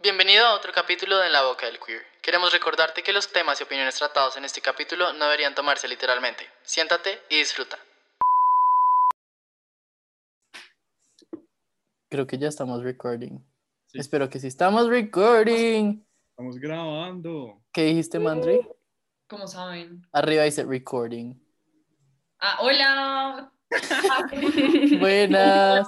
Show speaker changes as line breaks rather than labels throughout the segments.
Bienvenido a otro capítulo de En la Boca del Queer. Queremos recordarte que los temas y opiniones tratados en este capítulo no deberían tomarse literalmente. Siéntate y disfruta. Creo que ya estamos recording.
Sí.
Espero que sí estamos recording.
Estamos grabando.
¿Qué dijiste, Mandri?
Como saben.
Arriba dice recording.
Ah, hola.
Buenas.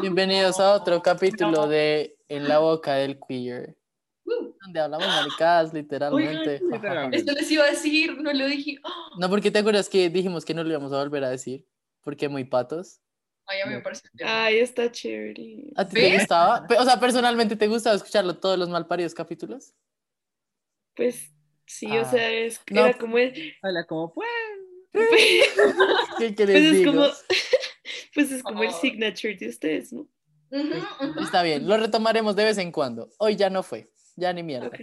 Bienvenidos a otro capítulo de En la Boca del Queer.
Uh.
Donde hablamos maricadas, literalmente.
Oigan, literalmente.
Esto les iba a decir, no lo dije. Ah,
No, porque te acuerdas que dijimos que no lo íbamos a volver a decir, porque muy patos.
Ay, a mí Ah, me parece. un tema.
Ay, está chévere.
¿A ti te
¿Ves?
gustaba? Pe- O sea, personalmente te gustaba escucharlo todos los malparidos capítulos.
Pues sí,
Ah,
o sea, es
no.
era como el-
Hola, ¿cómo fue?
pues
¿Qué quieres
es
digo?
como pues es como el
Oh.
signature de ustedes, ¿no?
Ujú, ujú.
Está bien, lo retomaremos de vez en cuando. Hoy ya no fue, ya ni mierda.
Ok.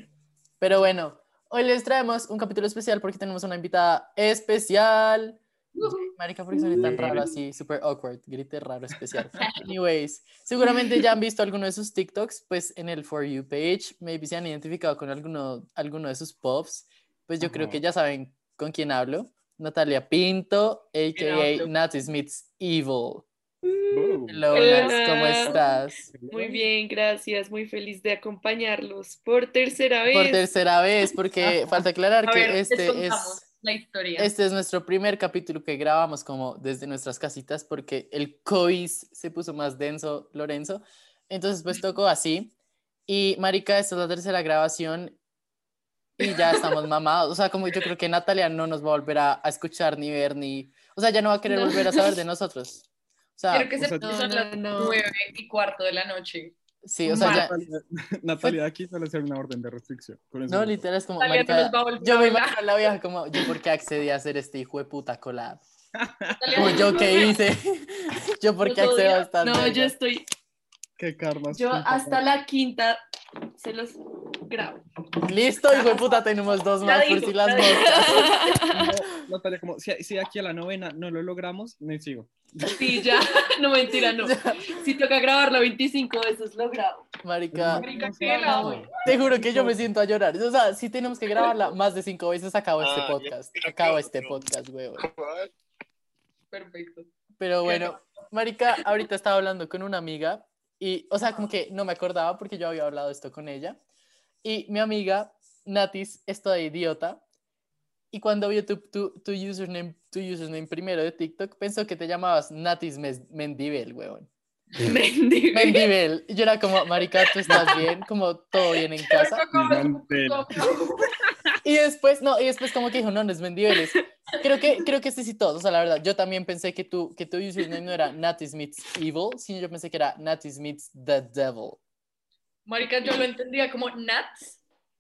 Pero bueno, hoy les traemos un capítulo especial porque tenemos una invitada especial.
Ujú.
Marica, porque suena tan raro así, super awkward, grite raro especial. Anyways, seguramente ya han visto alguno de sus TikToks, pues en el For You page, maybe se han identificado con alguno, alguno de sus pops, pues yo creo
Ajá.
que ya saben con quién hablo. Natalia Pinto, a.k.a.
hablo.
Nat Smith's Evil.
Boom.
Hello,
Hola.
Nats, ¿cómo estás?
Muy bien, gracias, muy feliz de acompañarlos por tercera vez.
Por tercera vez, porque falta aclarar
Pues,
que
A ver, les
este es...
contamos la historia.
Este es nuestro primer capítulo que grabamos como desde nuestras casitas porque el COVID se puso más denso, Lorenzo. Entonces, pues tocó así. Y Marica, esta es la tercera grabación y ya estamos mamados. O sea, como yo creo que Natalia no nos va a volver a, a escuchar ni ver ni... O sea, ya no va a querer
No.
volver a saber de nosotros. O sea,
Creo que
o sea,
se puso a
no,
las
no.
nueve y cuarto de la noche.
sí, o sea, ya...
Natalia, Natalia, aquí sale a hacer una orden de restricción. Con eso
No,
me-
literal, es como...
Natalia no
marica,
nos va a volver
yo
a
me
hablar.
imagino a la vieja como, yo por qué accedí a hacer este hijo de puta collab.
Natalia,
Como
no
yo
nos
que
ve.
hice. Yo por qué
Otro
accedo
día.
a estar...
No, yo estoy
Que Carlos.
yo hasta la quinta se los grabo.
Listo, hijo de puta, tenemos dos
Ya
más por
digo,
si las
ya
moscas.
No, Natalia, como si, si aquí a la novena no lo logramos, me sigo.
Sí, ya, no mentira, no. Si toca grabarlo 25 veces lo grabo.
Marica,
Marica, qué la hora.
te juro que yo me siento a llorar. O sea, si tenemos que grabarla más de cinco veces, acabo este
Ah, ya.
podcast. Acabo este podcast, huevo.
Perfecto.
Pero bueno, Marica, ahorita estaba hablando con una amiga y, o sea, como que no me acordaba porque yo había hablado esto con ella. Y mi amiga, Natis, es toda idiota. Y cuando vio tu, tu, tu username, tu username primero de TikTok, pensó que te llamabas Natis Mes- Mendivel, huevón.
Mendigo.
Mendivel. Y Yo era como, marica, ¿tú estás bien? Como, ¿todo bien en casa?
Mantela.
Y después, no, y después como que dijo, no, no es Mendivel, es- Creo que, creo que este sí todo, o sea, la verdad, yo también pensé que tu, que tu username no era Natty Smith's Evil, sino yo pensé que era Natty Smith's The Devil.
Marica, yo lo entendía como Nats,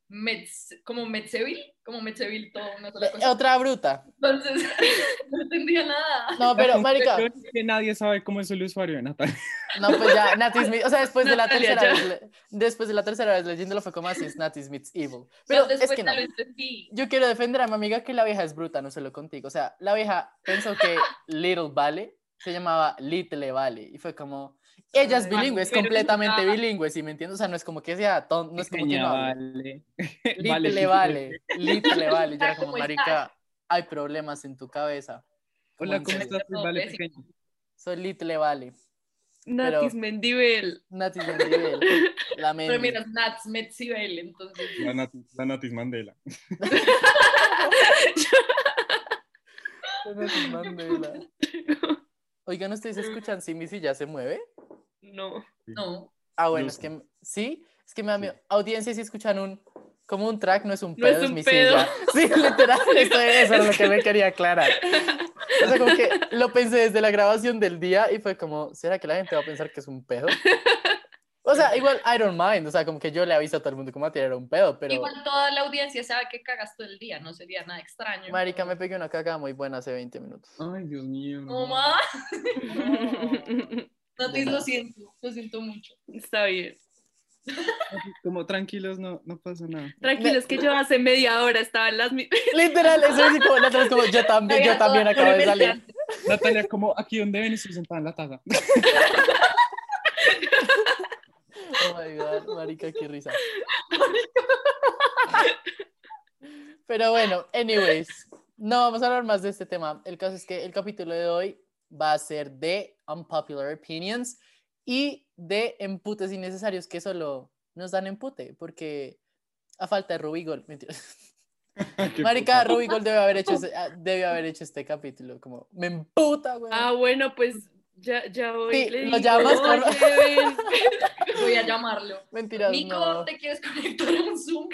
Mets, como Metseville, como Metseville, todo una sola cosa.
Otra bruta.
Entonces, no entendía nada.
No, pero, marica,
Yo creo que nadie sabe cómo es el usuario de Natalia.
no, pues ya, Natty Smith, o sea, después de la
Natalia,
tercera vez,
ya.
le- después de la tercera vez leyéndolo fue como así, es Natty Smith's Evil. Pero
Entonces,
es
pues,
que no.
lo entendí.
Yo quiero defender a mi amiga que la vieja es bruta, no se lo contigo. O sea, la vieja pensó que Little Vale se llamaba Little Vale y fue como. Ella es
Ay,
bilingüe, es
Ah, pero-
completamente bilingüe, si me entiendes. O sea, no es como que sea ton- no es como que no hable.
vale.
Little Vale, Little Vale. Yo era como,
¿Cómo estás?
marica, hay problemas en tu cabeza. Como
Hola,
en
¿cómo
serio.
estás?
Todo
Vale,
pésimo.
pequeño.
Soy Little Vale.
Natis Mendivel.
Nati Sandivel, la
Pero
Mendy.
mira, es Nats, Metsibel, entonces.
La, Nati- la Natis Mandela.
Nati Mandela. Oigan, ¿ustedes escuchan si mi silla se mueve?
No.
No.
Ah, bueno,
Yo
es
sí.
que sí, es que mi ami- audiencia si escuchan un como un track no es un
No es
pedo, es,
un
mi
pedo.
silla. Sí, literal, eso, es- eso es lo que me quería aclarar. O sea, como que lo pensé desde la grabación del día y fue como, ¿será que la gente va a pensar que es un pedo? O sea, igual I don't mind, o sea, como que yo le aviso a todo el mundo cómo a tirar un pedo, pero
Igual toda la audiencia sabe que cagas todo el día, no sería nada extraño.
marica me pegué una caca muy buena hace 20 minutos.
Ay, Dios mío.
No,
no.
ma.
De
Natis,
nada.
lo siento, lo siento mucho.
Está bien.
Como tranquilos, no, no pasa nada.
Tranquilos, que yo hace media hora estaba en las mi-
Literal, eso es como, la otra es como yo también, yo
Había
también
toda-
acabo de salir.
Natalia, como aquí donde ven y se sentan en la taza.
Oh my God, marica, qué risa. Pero bueno, anyways, no vamos a hablar más de este tema. El caso es que el capítulo de hoy va a ser de unpopular opinions y de emputes innecesarios que solo nos dan empute, porque a falta de Rubigol, mentira.
Qué
Marica, Rubigol debe haber hecho, ese- ah, debe haber hecho este capítulo, como, me emputa, güey.
Ah, bueno, pues ya, ya voy.
Sí,
le
lo
digo,
llamas por-
"Oye, ven".
Voy a llamarlo.
Mentiras,
Nico,
no.
¿te quieres conectar a un Zoom?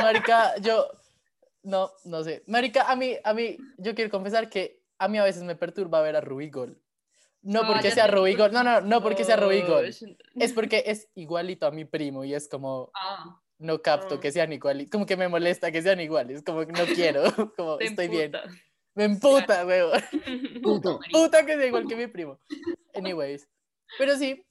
Marica, yo no, no sé. Marica, a mí, a mí, yo quiero confesar que a mí a veces me perturba ver a Rubigol. No
Ah,
porque
ya
sea
te-
Rubigol, no, no, no porque
Oh,
sea Rubigol.
Uy,
Es porque es igualito a mi primo y es como
Ah,
no capto
Ah.
que sean iguales, como que me molesta que sean iguales, como que no quiero, como
te
estoy bien.
emputa.
Me emputa, huevo.
puto.
Puta que sea igual que mi primo. Anyways, pero sí,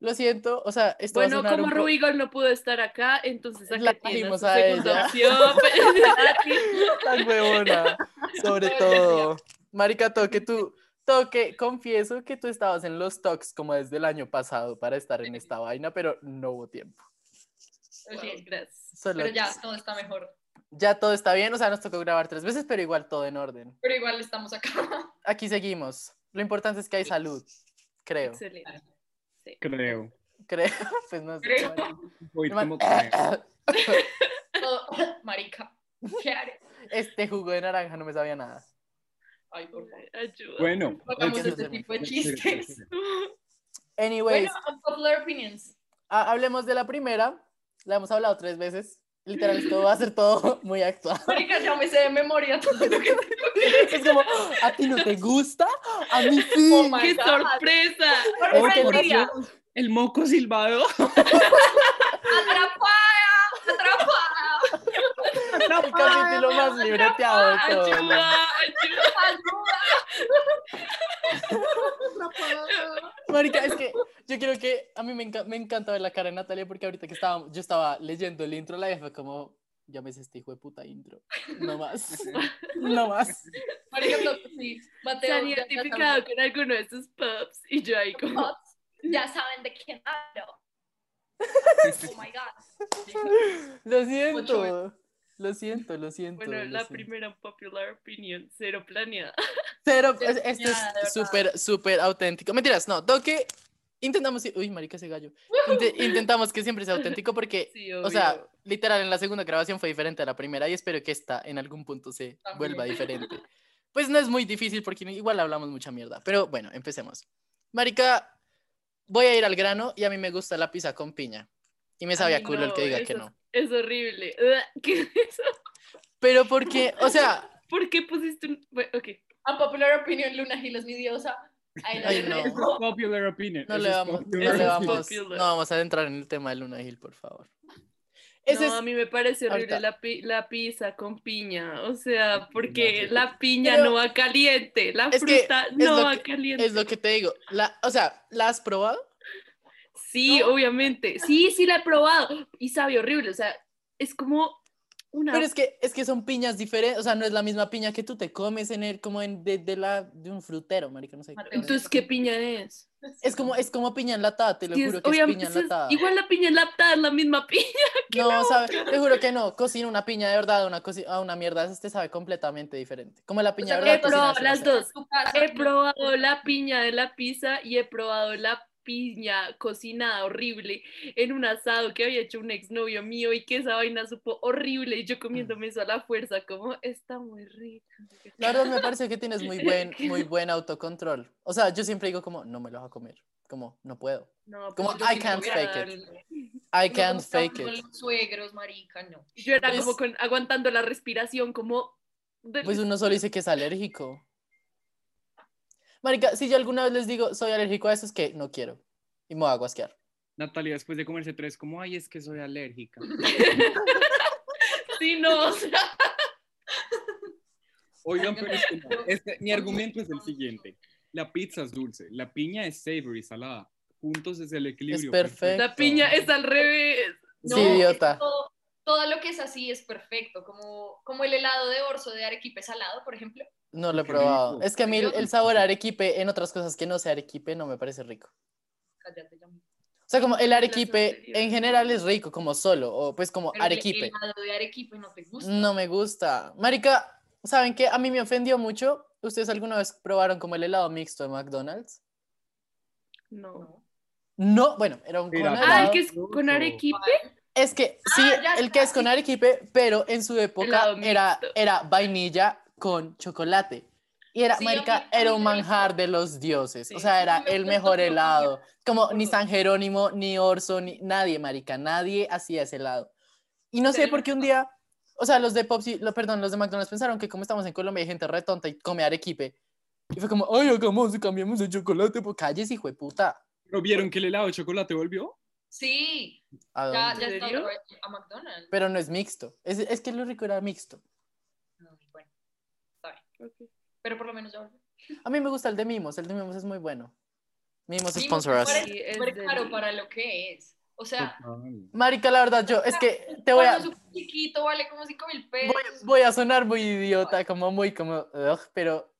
lo siento, o sea, esto va a
Bueno,
sonar
como
un po-
Rubigol no pudo estar acá, entonces
La
acá tiene
trajimos
su
a
segunda
ella.
opción.
tan huevona. Sobre
Todo el
todo, marica, todo que tú, todo que confieso que tú estabas en los talks como desde el año pasado para estar en esta vaina, pero no hubo tiempo.
lo
Wow,
siento.
gracias.
Solo
Pero ya, todo está mejor.
ya todo está bien, o sea, nos tocó grabar tres veces, pero igual todo en orden.
Pero igual estamos acá.
Aquí seguimos. Lo importante es que hay salud, creo.
Excelente.
Creo.
Creo, pues no sé.
Creo.
marica.
Voy como
Hermano,
creo.
Todo- Oh, Marica. ¿Qué haré?
Este jugo de naranja no me sabía nada.
Ay, por favor.
Ayuda.
Bueno.
No Hagamos
Ay,
este
qué
tipo de chistes.
Anyways, Pues
Bueno, unpopular opinions.
ha- hablemos de la primera. La hemos hablado tres veces. Literal, esto va a ser todo muy actual.
Marica, ya me sé de memoria todo lo que
Es como, ¿a ti no te gusta? A mí sí.
Oh my
¡Qué
God.
sorpresa!
Es
Por
que
favor, María,
El moco silbado.
Atrapada, atrapada,
el capítulo más libreteado de todo.
¡Ayuda! ¡Ayuda!
ayuda.
Marica, es que yo creo que a mí me, enca- me encanta ver la cara de Natalia porque ahorita que estaba, yo estaba leyendo el intro, la dejé como, ya me hice este hijo de puta intro. No más. No más.
Marica, todo sí.
Se
Mateo,
han
ya- ya
identificado con alguno de sus pubs y yo ahí
saben-
como...
Ya saben de quién hablo. Oh my god.
Lo
Ocho
siento. Lo siento, lo siento.
Bueno,
lo
la
siento.
primera popular opinion, cero planeada.
Cero,
Yo
es- esto
nada, de
es
verdad.
súper, súper auténtico. Mentiras, no, toque. Intentamos, uy, marica, ese gallo. Inte- intentamos que siempre sea auténtico porque
Sí,
O sea, literal, en la segunda grabación fue diferente a la primera y espero que esta en algún punto se
También.
vuelva diferente. Pues no es muy difícil porque igual hablamos mucha mierda, pero bueno, empecemos. Marica, voy a ir al grano y a mí me gusta la pizza con piña. Y me sabía
Ay,
culo el que
no,
diga que
eso-
no.
Es horrible. Ugh, ¿Qué es eso?
Pero porque, o sea,
¿Por qué pusiste un...? Bueno, ok.
Unpopular opinion, Luna Gil es mi diosa. Ay,
Ay, no.
Eso es popular opinion.
no
Eso
le
es
vamos,
popular
no le
opinion.
vamos,
popular.
no vamos a adentrar en el tema de Luna Hill, por favor. Ese
no,
es-
a mí me parece horrible
ahorita.
la, pi- la pizza con piña. O sea, porque la piña
Pero-
no va caliente, la
Es que
fruta
es
no
lo
va
que-
caliente.
es lo que te digo. La, o sea, ¿la has probado?
Sí,
¿No?
obviamente. Sí, sí la he probado y sabe horrible. O sea, es como una...
Pero es que, es que son piñas diferentes, o sea, no es la misma piña que tú te comes en el, como en, de, de la, de un frutero, marica, no
Ah,
sé.
Mateo.
Entonces, ¿qué piña es?
Es como, es como piña enlatada, te lo
Sí, es-
juro que es
obviamente,
piña
es-
enlatada.
igual la piña enlatada es la misma piña.
No, sabe, te juro que no, cocina una piña de verdad a una, coci- a una mierda, esa te sabe completamente diferente. Como la piña
sea,
de
He
verdad.
pero
cocina
probado
así,
las
así.
dos.
Tu casa,
He probado la piña de la pizza y he probado la piña cocinada horrible en un asado que había hecho un exnovio mío y que esa vaina supo horrible y yo comiéndome eso a la fuerza, como está muy rica.
La verdad me parece que tienes muy buen, muy buen autocontrol. O sea, yo siempre digo como, no me lo vas a comer, como, no puedo.
No,
Como,
pues,
yo
yo
I can't
quería
fake it.
darle.
I
No,
can't
como
fake
con
it.
los suegros, marica, no.
Yo era
Pues-
como con- aguantando la respiración, como... del-
Pues uno solo dice que es alérgico. Marica, si yo alguna vez les digo soy alérgico a eso, es que no quiero. Y me voy a guasquear.
Natalia, después de comerse tres, como, ay, es que soy alérgica.
Sí, no, o sea,
Oigan, pero es que no. Este- mi argumento es el siguiente. La pizza es dulce, la piña es savory, salada. Juntos es el equilibrio.
Es perfecto.
la piña es al revés.
sí,
No,
idiota.
Todo, todo lo que es así es perfecto, como, como el helado de orzo de arequipe salado, por ejemplo.
No lo he
Qué
probado.
rico.
Es que a mí el,
Yo-
el sabor a arequipe en otras cosas que no sea arequipe no me parece rico.
Cállate, ya me-
O sea, como el
La
arequipe
sostenible.
en general es rico, como solo, o pues como
Pero el
arequipe.
helado de arequipe no te gusta.
No me gusta. Marica, ¿saben qué? A mí me ofendió mucho. ¿Ustedes alguna vez probaron como el helado mixto de McDonald's?
No.
No, bueno, era un
Era
con
Ah, el
helado.
que es con arequipe.
Es que sí,
Ah, ya
el
está,
que es con arequipe, pero en su época
Helado
era,
mixto.
era vainilla con chocolate. Y era,
Sí, a
marica,
mí- a mí
era un
me gustó.
manjar de los dioses. O
Sí.
sea, era
Yo
el
siento
mejor
que-
helado. Como ni
Ujú.
San Jerónimo, ni Orso, ni nadie, marica, nadie hacía ese helado. Y no sé
Pero-
por qué un día, o sea, los de Popsi, lo, perdón, los de McDonald's pensaron que como estamos en Colombia hay gente retonta y come arequipe. Y fue como, ay, hagamos, cambiemos de chocolate por calles, hijo de puta.
¿Pero vieron que el helado de chocolate volvió?
Sí,
¿A
ya,
dónde?
ya
¿En
está
serio?
re- a McDonald's.
Pero no es mixto. Es, es que lo rico era mixto.
No, bueno, pero por lo menos ya volvió.
A mí me gusta el de Mimos, el de Mimos es muy bueno. Mimos
Mimos
sponsor us.
es
Sí, es
Súper
del-
caro para lo que es. O sea,
Total.
Marica, la verdad, yo, es que te voy a,
cuando es un chiquito vale como 5 mil pesos.
voy, voy a sonar muy idiota, como muy, como, ugh, pero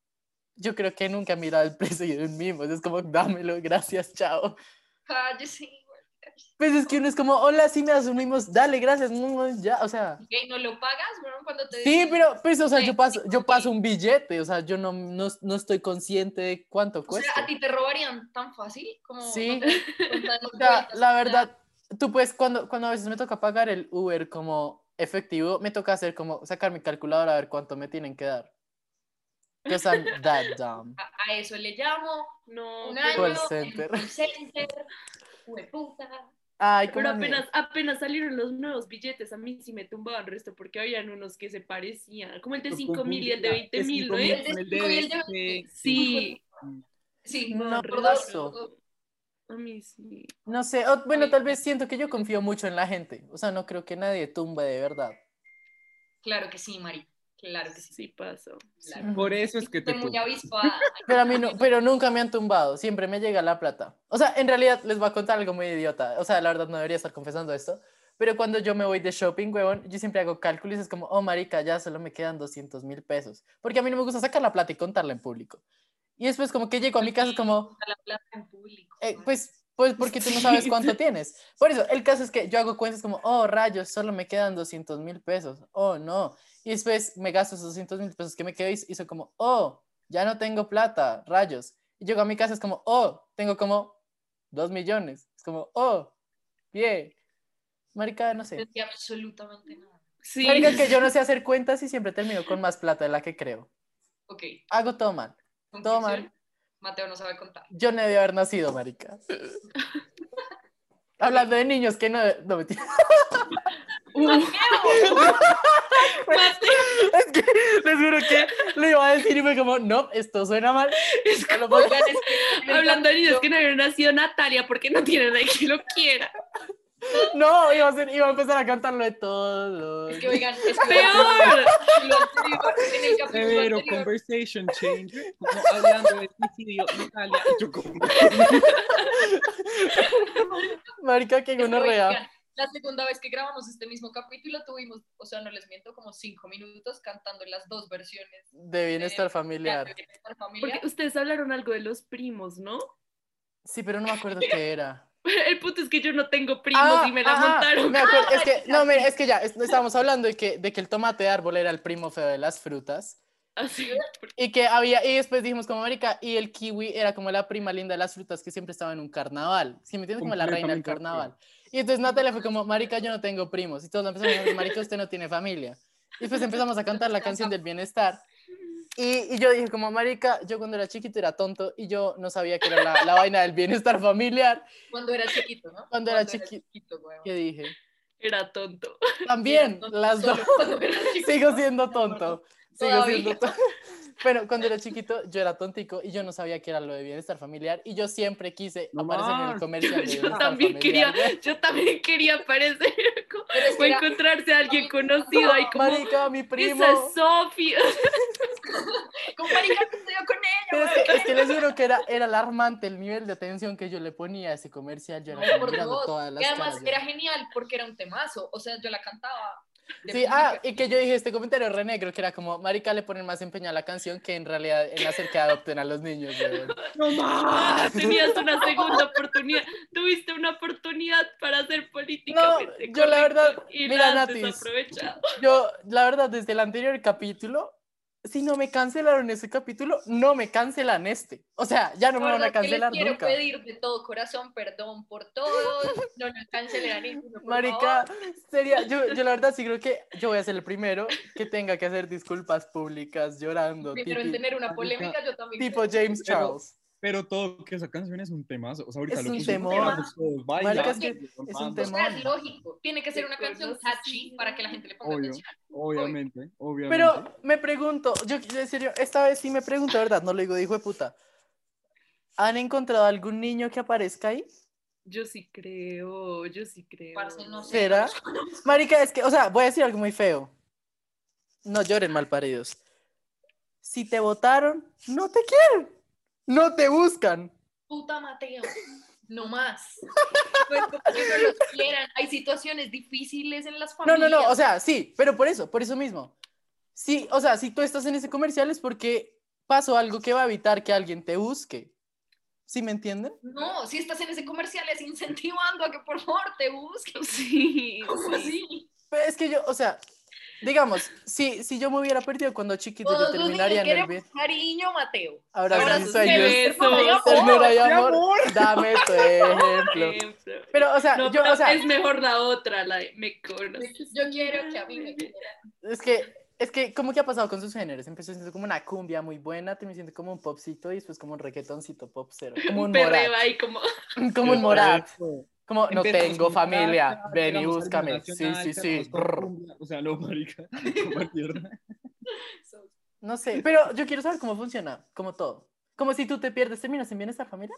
yo creo que nunca he mirado el precio de un Mimos, es como, dámelo, gracias, chao.
Cállese, güey, cállese.
Pues es que uno es como, hola, sí me das un Mimos, dale, gracias, mm, ya, o sea.
Gay, ¿no lo pagas? Bueno, cuando te
Sí,
dicen-
pero, pues, o sea,
Sí,
yo paso,
sí,
yo
sí.
paso un billete, o sea, yo no, no, no estoy consciente de cuánto
O sea,
cuesta.
¿a ti te robarían tan fácil? Como,
Sí.
no te contan los
O sea,
vueltas,
la
nada.
verdad, tú puedes, cuando, cuando a veces me toca pagar el Uber como efectivo, me toca hacer como sacar mi calculadora a ver cuánto me tienen que dar. Because I'm that dumb.
A, a eso le llamo
No,
un año.
pero,
Call center.
en un call center, jueputa.
Ay,
pero
cómo me-
apenas, apenas salieron los nuevos billetes, a mí sí me tumbaban resto porque habían unos que se parecían, como el de
Los
5 mil y el de
confundía.
20 mil, ¿no?
Es
es?
es?
con el de este,
Con el de
20.
Sí,
Sí,
No,
no,
pero
perdón,
eso.
no,
a mí sí.
no sé, o- bueno,
Ay.
tal vez siento que yo confío mucho en la gente. O sea, no creo que nadie tumbe de verdad.
Claro que sí, Mari. Claro que sí.
Sí pasó.
Claro.
Por eso es que te
Estoy muy
tuve.
avispada.
Pero a mí no, pero nunca me han tumbado, siempre me llega la plata. O sea, en realidad les voy a contar algo muy idiota. O sea, la verdad no debería estar confesando esto. Pero cuando yo me voy de shopping, huevón, yo siempre hago cálculos. Es como, oh, marica, ya solo me quedan 200 mil pesos. Porque a mí no me gusta sacar la plata y contarla en público. Y después, como que llego a mi casa, como,
A la plata en público.
eh,
¿no?
pues, pues porque tú no sabes cuánto tienes. Por eso, el caso es que yo hago cuentas como, oh, rayos, solo me quedan 200 mil pesos. Oh, no. Y después me gasto esos 200 mil pesos que me quedo y y soy como, oh, ya no tengo plata, rayos. Y llego a mi casa, es como, oh, tengo como 2 millones. Es como, oh, bien. Marica, no
No
sé.
entendí absolutamente nada.
Sí,
Marica, que yo no sé hacer cuentas y siempre termino con más plata de la que creo.
Ok.
Hago todo mal. Todo mal.
conclusión, Mateo no sabe contar.
Yo no debí haber nacido, marica. Hablando de niños que no... No, mentira.
Uh. Mateo,
Es que les juro que lo iba a decir y fue como, no, esto suena mal. No lo puedo-
Oigan, es que-
hablando de niños que no habían nacido Natalia porque no tienen nadie que lo quiera.
No, iba a, ser- iba a empezar a cantarlo de todos.
Es que, oigan, es que-
¡Peor!
Lo anterior, en el capítulo
Severo
anterior,
conversation changer, como hablando de suicidio, Natalia. Yo como,
Marica, que uno rea.
Oigan, La segunda vez que grabamos este mismo capítulo tuvimos, o sea, no les miento, como cinco minutos cantando las dos versiones.
De bienestar familiar.
de Bienestar Familiar.
Porque ustedes hablaron algo de los primos, ¿no?
Sí, pero no me acuerdo qué era.
El punto es que yo no tengo primos y me la
Ah, ajá,
montaron.
me acuerdo- es que, no, mira, es que ya, es- estábamos hablando de que, de que el tomate de árbol era el primo feo de las frutas.
Así.
Y que había, y después dijimos como América, y el kiwi era como la prima linda de las frutas que siempre estaba en un carnaval. Si me entiendes, como la reina del
Completamente de
carnaval. Y entonces Natalia fue como, Marica, yo no tengo primos. Y todos la empezamos a decir, Marica, usted no tiene familia. Y después empezamos a cantar la canción del bienestar. Y, y yo dije como, Marica, yo cuando era chiquito era tonto y yo no sabía que era la, la vaina del bienestar familiar.
Cuando era chiquito, ¿no?
Cuando era chiqui-
güey.
¿Qué dije?
Era tonto.
También,
Solo
las dos.
cuando era chiquito.
Sigo siendo tonto. Sigo
Todavía.
siendo tonto. Bueno, cuando era chiquito, yo era tontico y yo no sabía que era lo de bienestar familiar y yo siempre quise
No
aparecer en el
más.
comercial
Yo,
de
yo
bienestar
también
familiar.
quería, yo también quería aparecer
Pero es
o
que era-
encontrarse a alguien conocido ahí como
Marica, mi primo.
esa es Sofía.
con marica que estudió con
Pero
ella,
es, que, es que les juro que era, era alarmante el nivel de atención que yo le ponía a ese comercial. Yo
güey.
era
No,
como
por
mirando
Dios.
todas las
Y además
caras, yo-
era genial porque era un temazo. O sea, yo la cantaba.
Sí, ah, y que yo dije este comentario re negro, que era como, marica, le ponen más empeño a la canción que en realidad en hacer que adopten a los niños, weón.
¡No más!
Ah, Tenías una segunda oportunidad. Tuviste una oportunidad para hacer política.
No, yo la verdad,
Y
mira,
la has
Natis.
desaprovechado.
Yo, la verdad, desde el anterior capítulo, si no me cancelaron ese capítulo, no me cancelan este. O sea, ya no me van a
Gordas, que
cancelar
les quiero
nunca.
pedir de todo corazón perdón por todo. No nos cancelen a ninguno. por
Marica, sería, yo, yo la verdad sí creo que yo voy a ser el primero que tenga que hacer disculpas públicas llorando,
favor. Primero
tipi-
en tener una polémica, yo también.
tipo James
Pero-
Charles.
Pero todo, que esa canción es un temazo. O sea, ahorita
Es
lo
un
puse,
temón.
bailamos todos, bailamos,
Marica, es que
con
es un
banda,
O sea, es
Demonios.
lógico. Tiene que ser una
Qué
canción
cosas,
catchy
sí.
para que la gente le ponga
Obvio.
atención.
Obviamente, obviamente.
Pero me pregunto, yo yo en serio, esta vez sí me pregunto, ¿verdad? No lo digo de hijo de puta. ¿Han encontrado algún niño que aparezca ahí?
Yo sí creo, yo sí creo.
Parce, no sé.
¿Será? Marica, es que, o sea, voy a decir algo muy feo. No lloren malparidos. Si te votaron, no te quieren. No te buscan.
Puta Mateo. No más. Pues, No es como que no los quieran. Hay situaciones difíciles en las
No,
familias.
no, no, o sea, sí, pero por eso, por eso mismo. Sí, o sea, si tú estás en ese comercial es porque pasó algo que va a evitar que alguien te busque. ¿Sí me entienden?
No, si estás en ese comercial es incentivando a que por favor te busquen.
Sí,
¿Cómo
sí.
así?
Pero es que yo, o sea, digamos, si, si yo me hubiera perdido cuando chiquito, yo
Todos los niños
terminaría en el
queremos
bien.
cariño, Mateo.
Ahora sí,
Abrazos,
soy yo.
bebés,
Ay,
Ternura y
¡Mi
amor, dame tu ejemplo.
Ejemplo.
Pero, o sea,
No,
yo,
pero
o sea,
es mejor la otra, la de me conoces.
Yo quiero que a mí me quieran.
Es que, es que, ¿cómo que ha pasado con sus géneros? Empezó siendo como una cumbia muy buena, terminó siendo como un popcito y después como un reggaetoncito pop cero. Como un
Un
morat,
perreo ahí como
como un morat, como no
Empezamos
tengo
con
familia,
salsa,
ven y
llegamos al
búscame. Sí,
internacional,
sí, sí.
cerramos con
brr.
cumbia. O sea, no, marica, como tierra.
No sé, pero yo quiero saber cómo funciona, como todo. Como si tú te pierdes, terminas en bienestar familiar.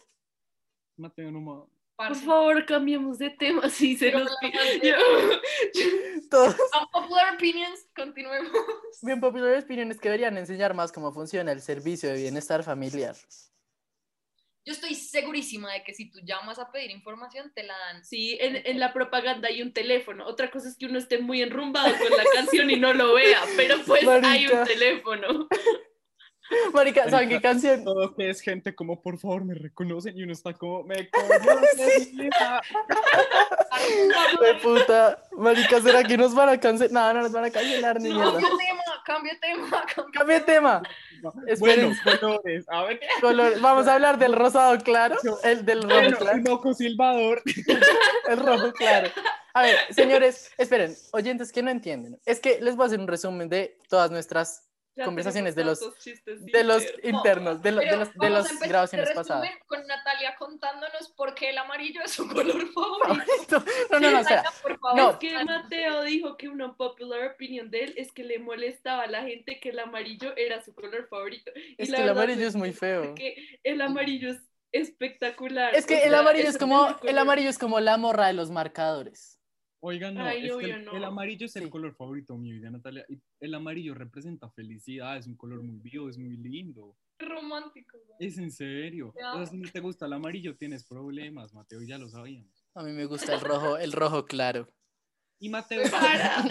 Mateo, no más.
Por
Parce,
favor, cambiemos de tema si se
Pero
los
la
pido.
madre.
Todo.
Unpopular opinions, continuemos.
Bien populares opiniones que deberían enseñar más cómo funciona el servicio de bienestar familiar.
Yo estoy segurísima de que si tú llamas a pedir información, te la dan.
Sí, en, en la propaganda hay un teléfono. Otra cosa es que uno esté muy enrumbado con la canción y no lo vea, pero pues hay
Marica.
un teléfono.
Marica, ¿saben qué canción?
Todo que es gente como, por favor, me reconocen. Y uno está como, me conocen. mira.
De puta. Marica, ¿será que nos van a cancelar? No, no nos van a cancelar ni mierda.
Cambio tema, cambio tema, cambio
Cambia de tema.
Bueno,
Esperen,
colores. A ver,
color- Vamos a hablar del rosado claro,
Yo-
el del rojo
bueno,
claro,
un ojo silbador.
el rojo claro. A ver, señores, esperen, oyentes que no entienden, es que les voy a hacer un resumen de todas nuestras,
Ya
Conversaciones
tenemos
de los-
tantos chistes
de los
internos.
internos, de, lo- de
Pero
los- de
vamos a
las
empezar el
grabaciones
resumen
pasadas.
Con Natalia contándonos por qué el amarillo es su color favorito.
No, no, no, espera.
Natalia, por favor.
No.
Es que Mateo dijo que una popular opinion de él es que le molestaba a la gente que el amarillo era su color favorito. Y
Es
la
que el
verdad,
amarillo es muy feo.
Porque el amarillo es espectacular.
Es
o
que el
sea,
amarillo es
el
como,
único
el
color.
amarillo es como la morra de los marcadores.
Oigan, no,
Ay,
es que
obvio,
el,
no.
el amarillo es el
Sí.
color favorito mío y de Natalia. Y el amarillo representa felicidad, es un color muy vivo, es muy lindo.
Qué romántico. güey.
Es en serio.
Ya.
O sea, si no te gusta el amarillo, tienes problemas, Mateo, ya lo sabíamos.
A mí me gusta el rojo, el rojo claro.
Y Mateo
Para.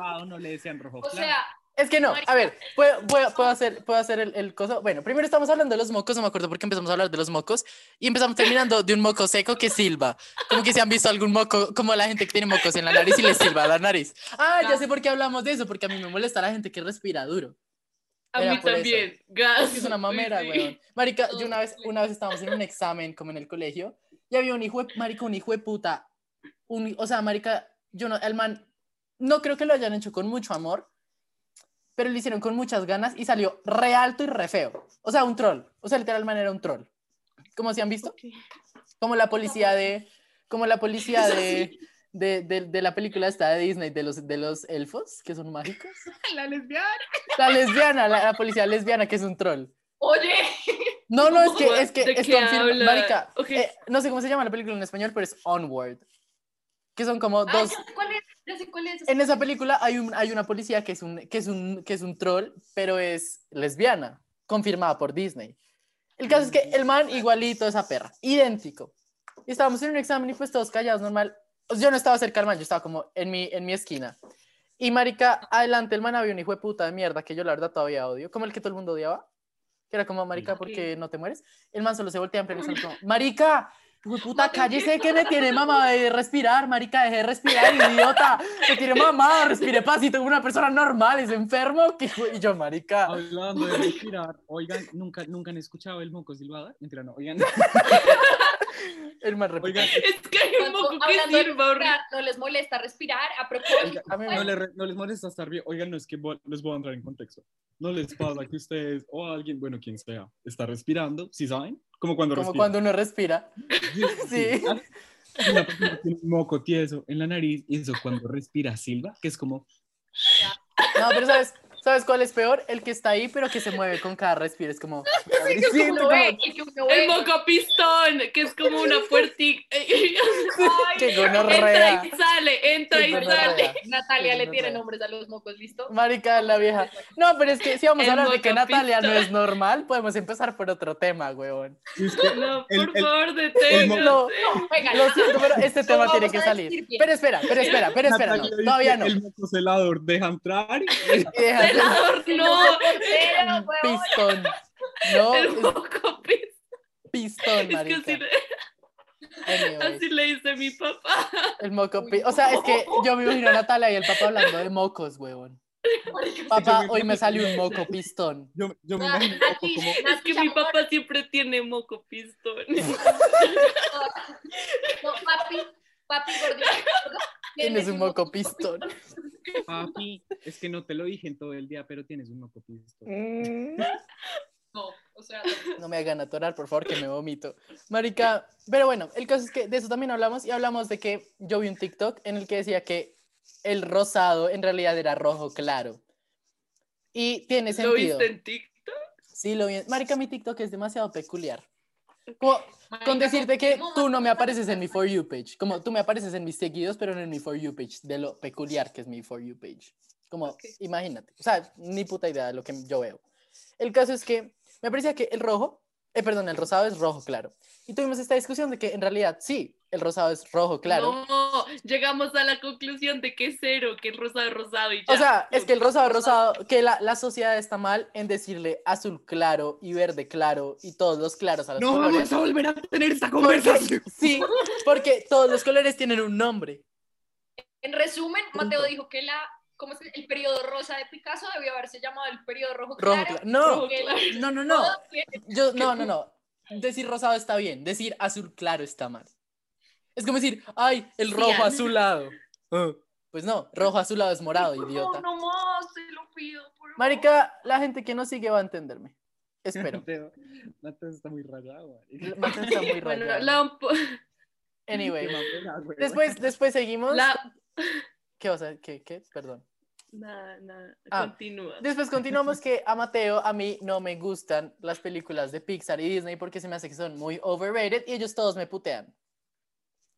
Ah, no le decían rojo.
O
claro.
sea,
Es que no,
Marica.
a ver, puedo, puedo- puedo hacer, puedo hacer el, el coso. Bueno, primero estamos hablando de los mocos, no me acuerdo por qué empezamos a hablar de los mocos y empezamos terminando de un moco seco que silba. Como que si han visto algún moco, como la gente que tiene mocos en la nariz y le silba la nariz. Ah, ya sé por qué hablamos de eso, porque a mí me molesta la gente que respira duro.
A
Era
mí
por eso.
también. Gas.
Es una mamera,
Sí, sí.
weón. Marica, yo una vez, una vez estábamos en un examen, como en el colegio, y había un hijo, de- marica, un hijo de puta. Un, o sea, marica, yo no, el man, no creo que lo hayan hecho con mucho amor, pero lo hicieron con muchas ganas y salió re alto y re feo. O sea, un troll. O sea, literal, el man era un troll. Como si han visto?
Ok.
Como la policía de, como la policía de, de, de- de la película esta de Disney, de los, de los elfos, que son mágicos.
La lesbiana.
La lesbiana, la- la policía lesbiana, que es un troll.
oye,
No, no, es que
What?
es que
¿De
es
qué
confirma,
habla?
marica,
Ok.
eh, no sé cómo se llama la película en español, pero es Onward. Que son como
Ah,
ay,
dos
ya sé cuál es, ya sé cuál es.
en esa película hay un hay una policía que es un que es un que es un troll, pero es lesbiana, confirmada por Disney. El caso es que el man igualito a esa perra, idéntico. Y estábamos en un examen y pues todos callados, normal. O sea, Yo no estaba cerca al man, yo estaba como en mi en mi esquina. Y marica, adelante el man había un hijo de puta de mierda que yo la verdad todavía odio, como el que todo el mundo odiaba, que era como marica, ¿por qué no te mueres? El man solo se voltea en pleno salto, como, marica, hijo de puta, cállese que me tiene mamá de respirar, marica, dejé de respirar, idiota, me tiene mamá, respire paz y tengo una persona normal, es enfermo, que hijo-". y yo,
Ah,
marica,
Hablando de respirar, oigan, nunca, nunca han escuchado el moco silbada. Mentira, no, oigan,
el man repite.
oigan,
Es que hay un moco que
Hablando de
sirva, horrible.
respirar, no les molesta respirar a propósito.
A mí me-
no, le re- no les molesta estar bien. Oigan, no es que vo- les voy a entrar en contexto. No les pasa que ustedes o alguien, bueno, quien sea, está respirando, ¿sí saben? Como cuando
como
respiran.
cuando uno respira. Sí.
Y Ah, Una persona tiene un moco tieso en la nariz y eso cuando respira silba, que es como,
No, pero ¿sabes, ¿sabes cuál es peor? El que está ahí, pero que se mueve con cada respiro. Es como...
El que uno
siento
ve, el que uno
El
ve.
moco pistón, que es como una puertica.
como- ¡Qué gonorrea!
entra y sale, entra
Qué
y
gonorrea.
sale.
Natalia
Sí,
le
no
tiene
sé.
nombres a los mocos, ¿listo?
Marica la vieja. No, pero es que si vamos a
El
hablar de que
motocampista.
Natalia no es normal, podemos empezar por otro tema, weón.
"Y usted-
No,
El-
por
el-
favor,
moco-
deténgase.
Lo,
Venga,
lo siento, pero este
Lo
tema
vamos
tiene
a
que
decir
salir.
bien.
Pero espera, pero espera, pero espera, no,
Natalia dice,
todavía no.
El moco celador deja entrar.
Y deja
El adorno,
Pero,
un
huevón,
pistón. No,
el
es
moco pistón.
pistón,
Es que
marica.
así, le-
Anyways,
así le dice mi papá.
El moco pi- O sea, es que yo me imagino a Natalia y el papá hablando de mocos, weón. Papá, hoy me salió un moco pistón.
Yo, yo me
Ah,
imagino un moco
Nati,
como,
Es
Nati,
que mi
amor,
papá siempre tiene moco pistón.
no, papi, papi gordito.
Tienes un moco pistón.
papi, es que no te lo dije en todo el día, pero tienes un moco pisto.
Eh,
No, o sea,
No me hagan atorar, por favor, que me vomito. Marica, pero bueno, el caso es que de eso también hablamos y hablamos de que yo vi un TikTok en el que decía que el rosado en realidad era rojo claro. Y tiene
¿Lo
sentido.
viste en TikTok?
Sí, lo vi. en- Marica, mi TikTok es demasiado peculiar. Como
marica,
con decirte que
¿cómo
tú no me
vas a-
apareces en mi For You page. Como tú me apareces en mis seguidos, pero no en mi For You page, de lo peculiar que es mi For You page. Como,
Ok.
imagínate. O sea, ni puta idea de lo que yo veo. El caso es que me parecía que el rojo, eh, perdón, el rosado es rojo, claro. Y tuvimos esta discusión de que en realidad sí, el rosado es rojo, claro.
No, llegamos a la conclusión de que es cero, que el rosado es rosado y ya.
O sea, es que el rosado, rosado, que la, la sociedad está mal en decirle azul claro y verde claro y todos los claros a los colores.
a volver a tener esta
Sí, porque todos los colores tienen un nombre.
En resumen, Mateo
Punto.
dijo que la, ¿cómo es? el periodo rosa de Picasso debió haberse llamado el periodo rojo
Rojo,
claro.
cla- no,
porque
no, no, no.
todo tiene-
Yo, no, no, no. Decir rosado está bien, decir azul claro está mal. Es como decir, ay, el rojo
Cian.
azulado. Ah, Pues no, rojo azulado es morado,
Por favor,
idiota.
No más, se lo pido. por favor.
Marica, la gente que no sigue va a entenderme. Espero.
Mateo, Mateo está muy rayado. marica.
Mateo está muy
bueno,
rayado.
la, un po-
Anyway,
Qué mamera, güey.
después, después seguimos.
la-
¿Qué vas a ¿Qué? ¿Qué? Perdón.
nada, nada,
Ah.
continúa.
Después continuamos que a Mateo, a mí no me gustan las películas de Pixar y Disney porque se me hace que son muy overrated y ellos todos me putean.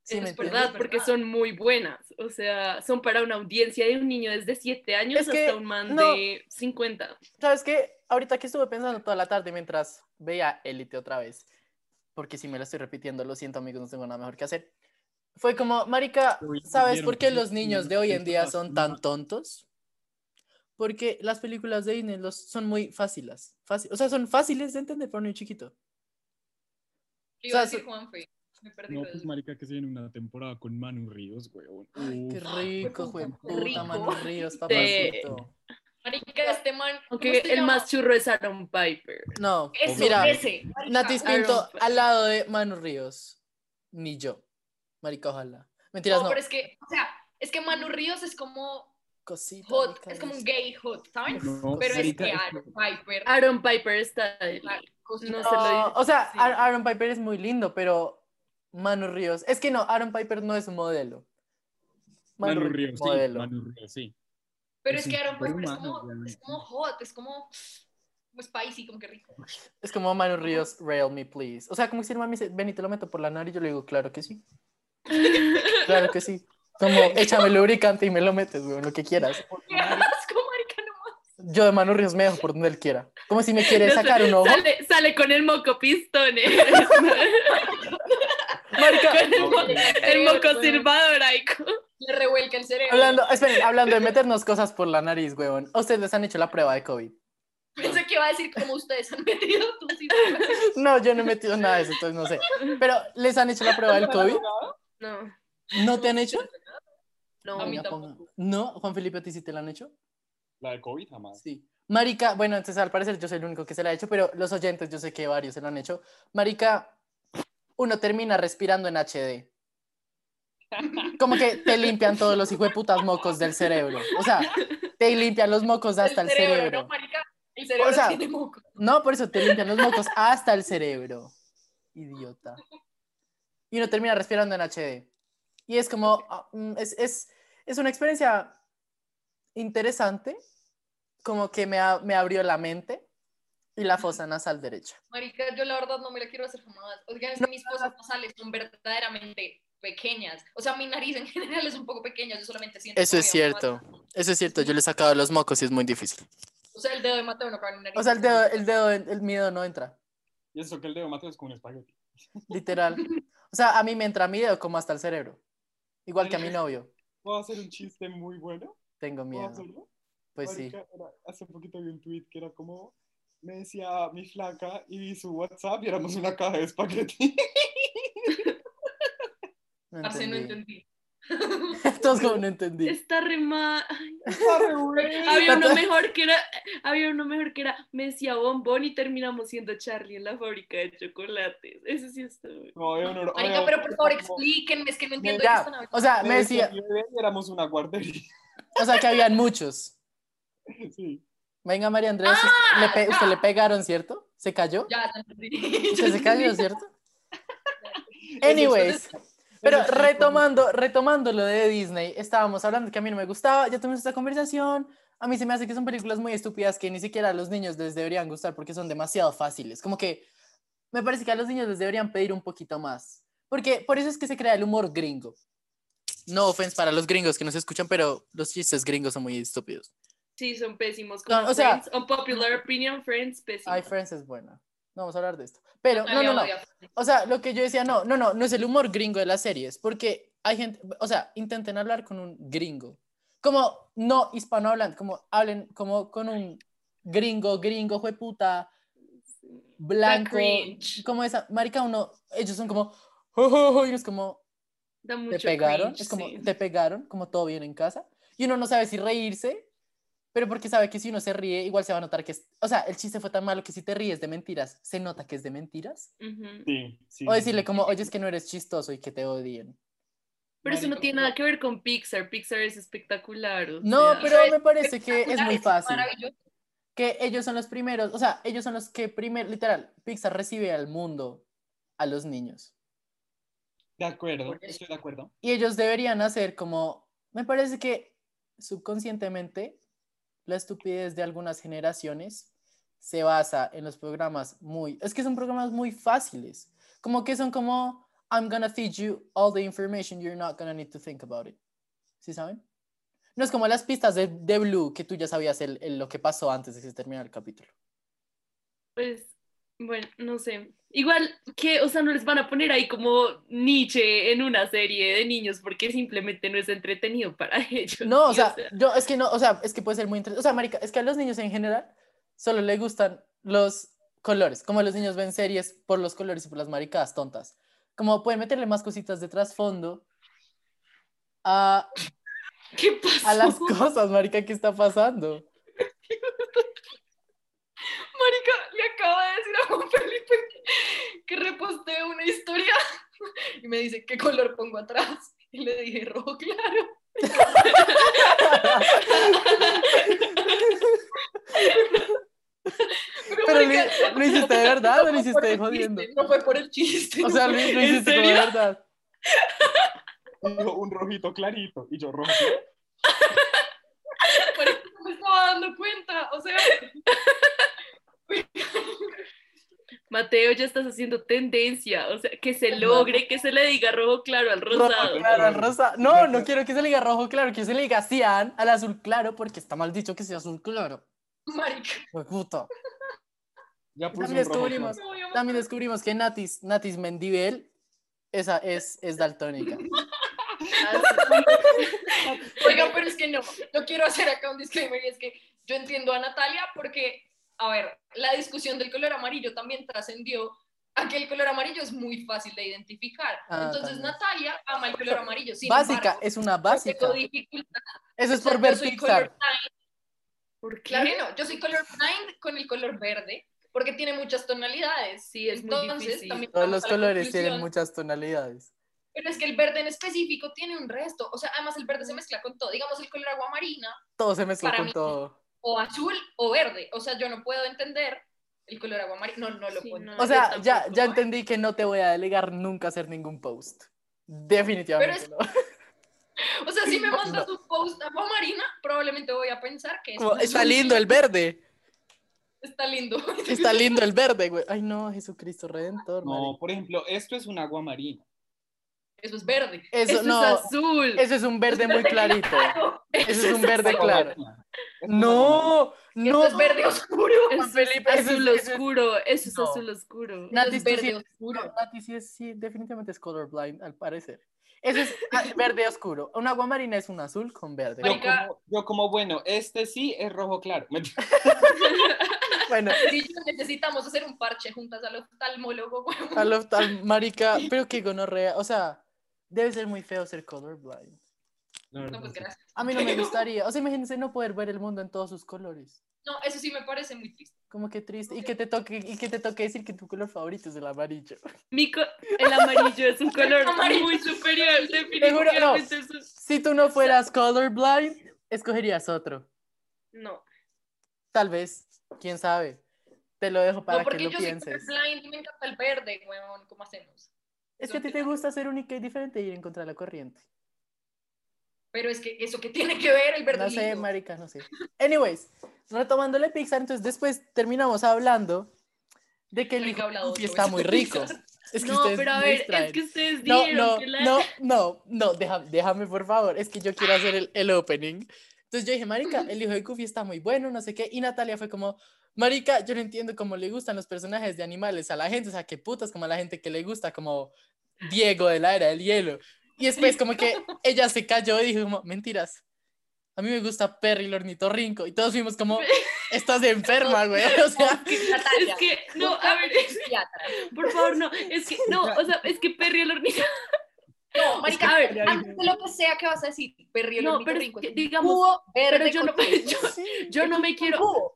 ¿Sí
Eso
me
es
entiendes?
¿Verdad? Porque son muy buenas. O sea, son para una audiencia de un niño desde 7 años
Es que,
hasta un man
no.
de 50.
¿Sabes qué? Ahorita que estuve pensando toda la tarde mientras veía Élite otra vez, porque si me lo estoy repitiendo, lo siento amigos, no tengo nada mejor que hacer. Fue como, marica,
Uy,
¿sabes
vieron
por qué
que
los niños de hoy en
no
día
pasa
son
nada.
tan tontos? Porque las películas de Disney los, son muy fáciles, fácil- o sea, son fáciles de entender para un niño chiquito.
¿Qué iba a
o sea,
decir Juanfe? Me perdí.
No,
todo
pues
eso.
marica, que se viene una temporada con Manu Ríos, weón. Uf.
Qué rico,
fue
jueputa,
puta, rico.
Manu Ríos,
Te-
papacito.
Marica, este man. ¿cómo
Aunque
se
el
llama?
más churro es Aaron Piper.
No,
Eso,
mira,
ese. marica.
Natis
Iron
Pinto
Fist.
al lado de Manu Ríos, ni yo. Marica, ojalá. Mentiras,
No,
no.
pero es que, o sea, es que Manu Ríos es como
Cosita,
hot,
mi
es como un
cabeza.
gay hot, ¿saben?
No,
Pero es
marica,
que
es
Aaron Piper,
Aaron Piper está. de-
cosita-
no se lo
No,
digo.
Oh, o sea,
Sí.
Ar- Aaron Piper es muy lindo, pero Manu Ríos. Es que no, Aaron Piper no es un modelo.
Manu, Ríos, sí,
modelo.
Manu Ríos, sí.
pero
es
es que
un
Aaron Piper es
superhumano,
como, es
obviamente.
como hot, es como, como spicy, como que rico.
Es como Manu Ríos, rail me please. O sea, como si el man me dice, ven y te lo meto por la nariz, yo le digo, claro que sí. claro que sí. Como, échame lubricante y me lo metes, weón, lo que quieras.
Qué asco, marica, no mames.
Yo de Manu Ríos me dejo por donde él quiera. Como si me quiere
No sé,
sacar un ojo.
Sale, sale con el moco pistone.
Marica,
con el, mo- el moco silbador ahí. con-
me revuelca el cerebro.
Hablando, esperen, hablando de meternos cosas por la nariz, huevón. ¿A ustedes les han hecho la prueba de COVID?
Pensé que iba a decir como ustedes han metido tú sí.
No, yo no he metido nada de eso, entonces no sé. Pero, ¿les han hecho la prueba del COVID?
No,
¿No te han hecho?
no.
A mí
Venga,
tampoco.
ponga- ¿No? ¿Juan Felipe a ti sí te la han hecho?
La de COVID jamás.
Sí. Marica, bueno, entonces al parecer yo soy el único que se la ha hecho, pero los oyentes, yo sé que varios se lo han hecho. Marica, uno termina respirando en HD. Como que te limpian todos los putas mocos del cerebro. O sea, te limpian los mocos hasta el cerebro.
No, marica, el cerebro
O sea,
tiene moco.
No, por eso te limpian los mocos hasta el cerebro. Idiota. Y uno termina respirando en HD. Y es como, ah, mm, es, es, es una experiencia interesante, como que me, a- me abrió la mente y la fosa nasal derecha.
Marica, yo la verdad no me la quiero hacer jamás. Oigan, es que mis fosas nasales son verdaderamente pequeñas. O sea, mi nariz en general es un poco pequeña, yo solamente siento...
Eso
como
es
mi alma-
cierto. Eso es cierto, yo le he sacado los mocos y es muy difícil.
O sea, el dedo de Mateo no cabe en mi nariz.
O sea, el dedo, el dedo, el miedo no entra,
Y eso que el dedo Mateo es como un espagueti.
literal. O sea, a mí me entra mi dedo como hasta el cerebro. Igual que a mi novio.
¿Puedo hacer un chiste muy bueno?
Tengo
¿Puedo
miedo.
hacerlo?
Pues sí.
Marica, era- hace poquito vi un tweet que era como, me decía mi flaca y vi su WhatsApp y éramos una caja de espagueti.
No
Parce, no
entendí.
entendí.
Todos como no entendí.
Está re mal.
Está re bueno.
Había uno mejor que era, había uno mejor que era, me decía bombón y terminamos siendo Charlie en la fábrica de chocolates. Ese sí está bueno.
No, había uno-
Marica,
había
pero
otro
por
que
favor
era como,
explíquenme, es que no entiendo de qué están
Ya,
hablando.
o sea, me
"Me decía
decía,
mi bebé y éramos una guardería.
o sea que habían muchos.
Sí.
Venga, María Andrés, usted-
Ah,
le pe- usted
ya.
le pegaron, ¿cierto? ¿Se cayó?
Ya, ya entendí.
¿Usted se cayó, cierto?
es-
Anyways, pero
Ese chiste
retomando, retomando lo de Disney, estábamos hablando que a mí no me gustaba, ya tuvimos esta conversación. A mí se me hace que son películas muy estúpidas que ni siquiera a los niños les deberían gustar porque son demasiado fáciles. Como que me parece que a los niños les deberían pedir un poquito más. Porque por eso es que se crea el humor gringo. No offense para los gringos que nos escuchan, pero los chistes gringos son muy estúpidos.
Sí, son pésimos.
No,
Como
o sea-
Friends, unpopular opinion, Friends, pésimos.
Ay, Friends es buena. No vamos a hablar de esto. Pero, no,
Natalia
no, no.
odia.
O sea, lo que yo decía, no, no, no, no es el humor gringo de las series, porque hay gente, o sea, intenten hablar con un gringo, como no hispanohablante, como hablen como con un gringo, gringo, jueputa,
Da
blanco,
cringe.
como esa, marica, uno, ellos son como, "Jo, jo, jo", y uno es como,
Da mucho
te pegaron,
cringe,
es como,
sí.
te pegaron, como todo bien en casa, y uno no sabe si reírse, pero porque sabe que si uno se ríe, igual se va a notar que, es, o sea, el chiste fue tan malo que si te ríes de mentiras, se nota que es de mentiras.
Ujú.
Sí, sí.
O decirle como, oye, es que no eres chistoso y que te odien.
Pero eso no
Marica,
tiene nada que ver con Pixar. Pixar es espectacular. o
No,
sea.
pero me parece que es muy
Espectacular,
fácil.
maravilloso.
Que ellos son los primeros, o sea, ellos son los que primero, literal, Pixar recibe al mundo a los niños.
De acuerdo,
Por eso.
estoy de acuerdo.
Y ellos deberían hacer como, me parece que subconscientemente la estupidez de algunas generaciones se basa en los programas muy, es que son programas muy fáciles, como que son como, I'm gonna feed you all the information, you're not gonna need to think about it. ¿Sí saben? No es como las pistas de, de Blue, que tú ya sabías el- el- lo que pasó antes de que se terminara el capítulo.
Pues, bueno, no sé. Igual que, o sea, no les van a poner ahí como Nietzsche en una serie de niños porque simplemente no es entretenido para ellos.
No, o
Y,
sea, yo es que no, o sea, es que puede ser muy interesante. O sea, marica, es que a los niños en general solo les gustan los colores, como los niños ven series por los colores y por las maricadas tontas. Como pueden meterle más cositas de trasfondo a,
¿qué pasó?
a las cosas, marica, que está pasando.
Marica, le acabo de decir a Juan Felipe que reposté una historia y me dice, ¿qué color pongo atrás? Y le dije, rojo claro. Pero,
Pero
marica,
lo- lo hiciste de verdad o lo
fue
hiciste
por el
jodiendo?
chiste, No fue por el chiste.
O
no
sea,
fue-
lo, lo
¿En
hiciste como de
serio?
verdad.
Dijo un rojito clarito y yo rojo.
por eso no me estaba dando cuenta. O sea,
Mateo, ya estás haciendo tendencia. O sea, que se
No.
logre, que se le diga rojo claro al
Rojo
rosado.
claro, al rosa. No, no quiero que se le diga rojo claro, quiero que se le diga cian al azul claro, porque está mal dicho que sea azul claro.
marica,
Fue puto.
Ya puse
También
un rojo
descubrimos.
claro.
no, yo-
También descubrimos que Natis, Natis Mendivel, esa es, es daltónica.
Oigan, pero es que no, yo quiero hacer acá un disclaimer y es que yo entiendo a Natalia porque, a ver, la discusión del color amarillo también trascendió a que el color amarillo es muy fácil de identificar.
Ah,
Entonces
también.
Natalia ama el color amarillo. Sin
básica,
embargo,
es una
se
básica.
codifica-
Eso es
o sea,
por
yo
ver
soy
Pixar.
colorblind,
¿Por qué?
Claro que no, yo soy colorblind con el color verde porque tiene muchas tonalidades.
Sí, es muy
Entonces,
difícil.
también
Todos
vamos
los
a la
colores
conclusión
tienen muchas tonalidades.
Pero es que el verde en específico tiene un resto. O sea, además el verde se mezcla con todo. Digamos el color aguamarina
Todo se mezcla
Para
con
mí-
todo.
o azul o verde. O sea, yo no puedo entender el color aguamarina. No, no lo
Sí,
puedo
no.
entender.
O sea,
yo
ya,
tampoco,
ya
¿eh?
entendí que no te voy a delegar nunca a hacer ningún post. Definitivamente
es-
no.
O sea, si me mandas un post aguamarina, probablemente voy a pensar que es
Como,
un
está
azul".
lindo el verde.
Está lindo.
Está lindo el verde, güey. Ay, no, Jesucristo Redentor.
No,
marica.
por ejemplo, esto es un agua marina.
Eso es verde.
Eso,
Eso
no,
es azul.
eso es un verde muy clarito. Eso es un verde claro. No, no.
Esto es verde oscuro.
Eso
Juan Felipe, eso
es
es-
azul
eso es-
oscuro. Eso es
No.
azul oscuro.
Nati,
es
tú sí
verde
eres-
oscuro.
Nati sí, es- sí, definitivamente es colorblind, al parecer. Eso es ah, verde oscuro. Un agua marina es un azul con verde.
Yo
Marica.
como, yo como, bueno, este sí es rojo claro. Mentira.
Bueno,
Sí, yo necesitamos hacer un parche juntas al oftalmólogo. güey.
al oftal- marica, pero que gonorrea. O sea, debe ser muy feo ser colorblind.
La verdad,
No, pues
sí.
gracias.
A mí no me gustaría. O sea, imagínense no poder ver el mundo en todos sus colores.
No, eso sí me parece muy triste.
Como que triste. Y que te toque, y que te toque decir que tu color favorito es el amarillo.
Mi co- el amarillo es un color
Amarillo.
muy superior.
juro, no.
Definitivamente no. es un-
Si tú no fueras colorblind, escogerías otro.
No.
Tal vez, quién sabe. Te lo dejo para
no,
que
porque
lo
yo
pienses.
soy blind y me encanta el verde, weón. ¿Cómo hacemos?
Es que a ti te gusta ser única y diferente y ir en contra de la corriente.
Pero es que eso que tiene que ver el verde.
No sé,
lindo?
marica, no sé. Anyways, retomándole Pixar, entonces después terminamos hablando de que el
Marica,
hijo
habla
de Goofy
otro,
está
güey.
muy rico. Es que
No,
ustedes
pero a
me
ver,
distraen.
es que ustedes
No,
dijeron
no,
que la.
no, no, no, deja- déjame por favor, es que yo quiero hacer el, el opening. Entonces yo dije, marica, el hijo de Goofy está muy bueno, no sé qué, y Natalia fue como, marica, yo no entiendo cómo le gustan los personajes de animales a la gente, o sea, qué putas, como a la gente que le gusta, como Diego de la Era del Hielo. Y después como que ella se cayó y dijo como, mentiras, a mí me gusta Perry el ornitorrinco, y todos fuimos como, estás enferma, güey, o sea,
Es que, no, a ver, es- por favor, no. Es que, no, o sea, es que Perry el hornillo.
No, marica,
a ver,
antes de lo que sea que vas a decir, perriel
No, pero es que, digamos, pero yo no, yo, yo no me quiero.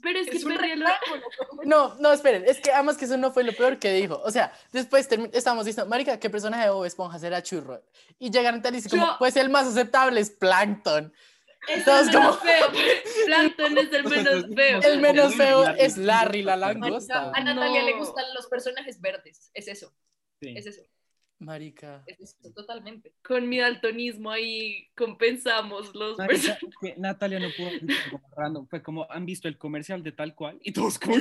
Pero es que
es un
Perry el
rectángulo.
No, no, esperen, es que además que eso no fue lo peor que dijo. O sea, después termi- estábamos diciendo, Marica, ¿qué personaje de Bob Esponja será churro? Y llegan tal y dice, como,
Yo-
pues el más aceptable es Plankton.
Es
Todos
el menos
como-
feo. Plankton es el menos feo.
El menos
Larry,
feo
Larry.
es Larry la langosta.
A Natalia
No.
le gustan los personajes verdes, es eso,
Sí.
es eso,
Marica.
es eso, totalmente.
Con mi daltonismo ahí compensamos los
Marica, es que Natalia no pudo decir algo random. Fue como, ¿han visto el comercial de tal cual? Y todos como...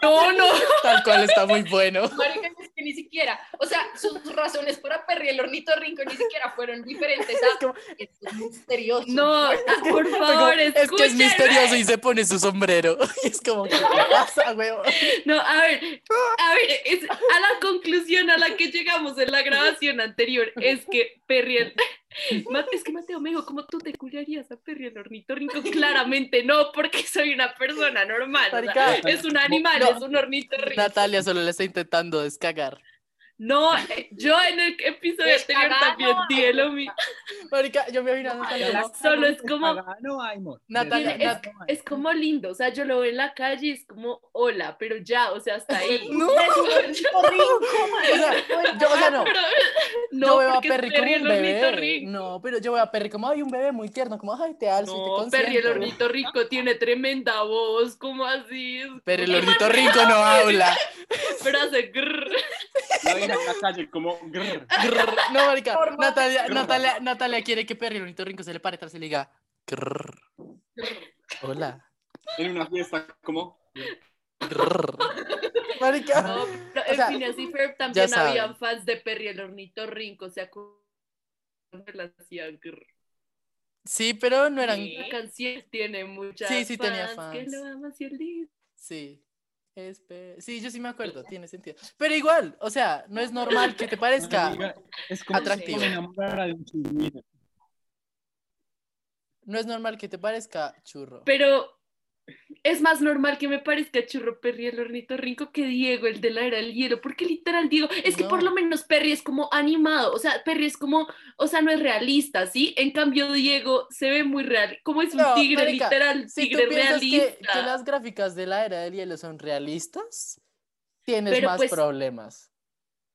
No, no. Tal cual está muy bueno.
Marica, es que ni siquiera, o sea, sus razones para perriel ornitorrinco ni siquiera fueron diferentes a...
como-
Esto es misterioso.
No, por
Fue como,
favor,
es que es
escuchen.
misterioso y se pone su sombrero. Y es como, ¿qué le pasa, huevo?
No, a ver, a ver, es- a la conclusión a la que llegamos en la grabación anterior es que Perriel, Ma- es que Mateo me dijo, ¿cómo tú te culiarías a Perriel ornitorrinco? Claramente no, porque soy una persona normal. o sea,
Marica,
es un animal,
No.
es un ornitorrinco.
Natalia solo le está intentando descagar.
No, eh, yo en el episodio
Es
anterior
cagado,
también dije lo mismo.
Marica, yo me vi a Natalia como,
Solo es como-
No hay amor.
Natalia,
Desde-
Nat-
Es como lindo, o sea, yo lo veo en la calle y es como, hola, pero ya, o sea, hasta ahí.
No, O sea, yo, o sea, no.
No,
yo veo a
porque es
Perry como un
el
bebé.
ornitorrinco.
No, pero yo veo a Perry como, hay un bebé muy tierno, como, ay, te alzo y te
No,
consiento.
Perry el ornitorrinco tiene tremenda voz, ¿cómo así? Es
Perry el
como-
ornitorrinco no habla.
Pero hace grrr.
La vieja en la calle como... grrr.
Grrr. No, marica.
Normal.
Natalia, Natalia, Natalia quiere que Perry el ornitorrinco se le pare atrás y le diga, grrr, hola,
En una fiesta como...
grrr. Marica.
No, pero
O
en
sea,
fin, así fue, también
saben.
habían fans de Perry el ornitorrinco, se acuerdan de la hacía grrr.
Sí, pero no eran...
Sí.
La canción tiene muchas
Sí, sí tenía
Que
fans.
lo amas y el día
Sí. Espe- Sí, yo sí me acuerdo, tiene sentido. Pero igual, o sea, no es normal que te parezca,
Amiga, es como
atractivo.
como enamorar de un chismino.
no es normal que te parezca churro.
Pero es más normal que me parezca Churro Perry el ornitorrinco que Diego, el de la era del hielo, porque literal Diego, es que
No.
por lo menos Perry es como animado, o sea, Perry es como, o sea, no es realista, ¿sí? En cambio Diego se ve muy real, como es un
No,
tigre,
marica,
literal,
Si tú
tigre
piensas que,
realista.
que las gráficas de la era del hielo son realistas, tienes
Pero
más
pues-
problemas.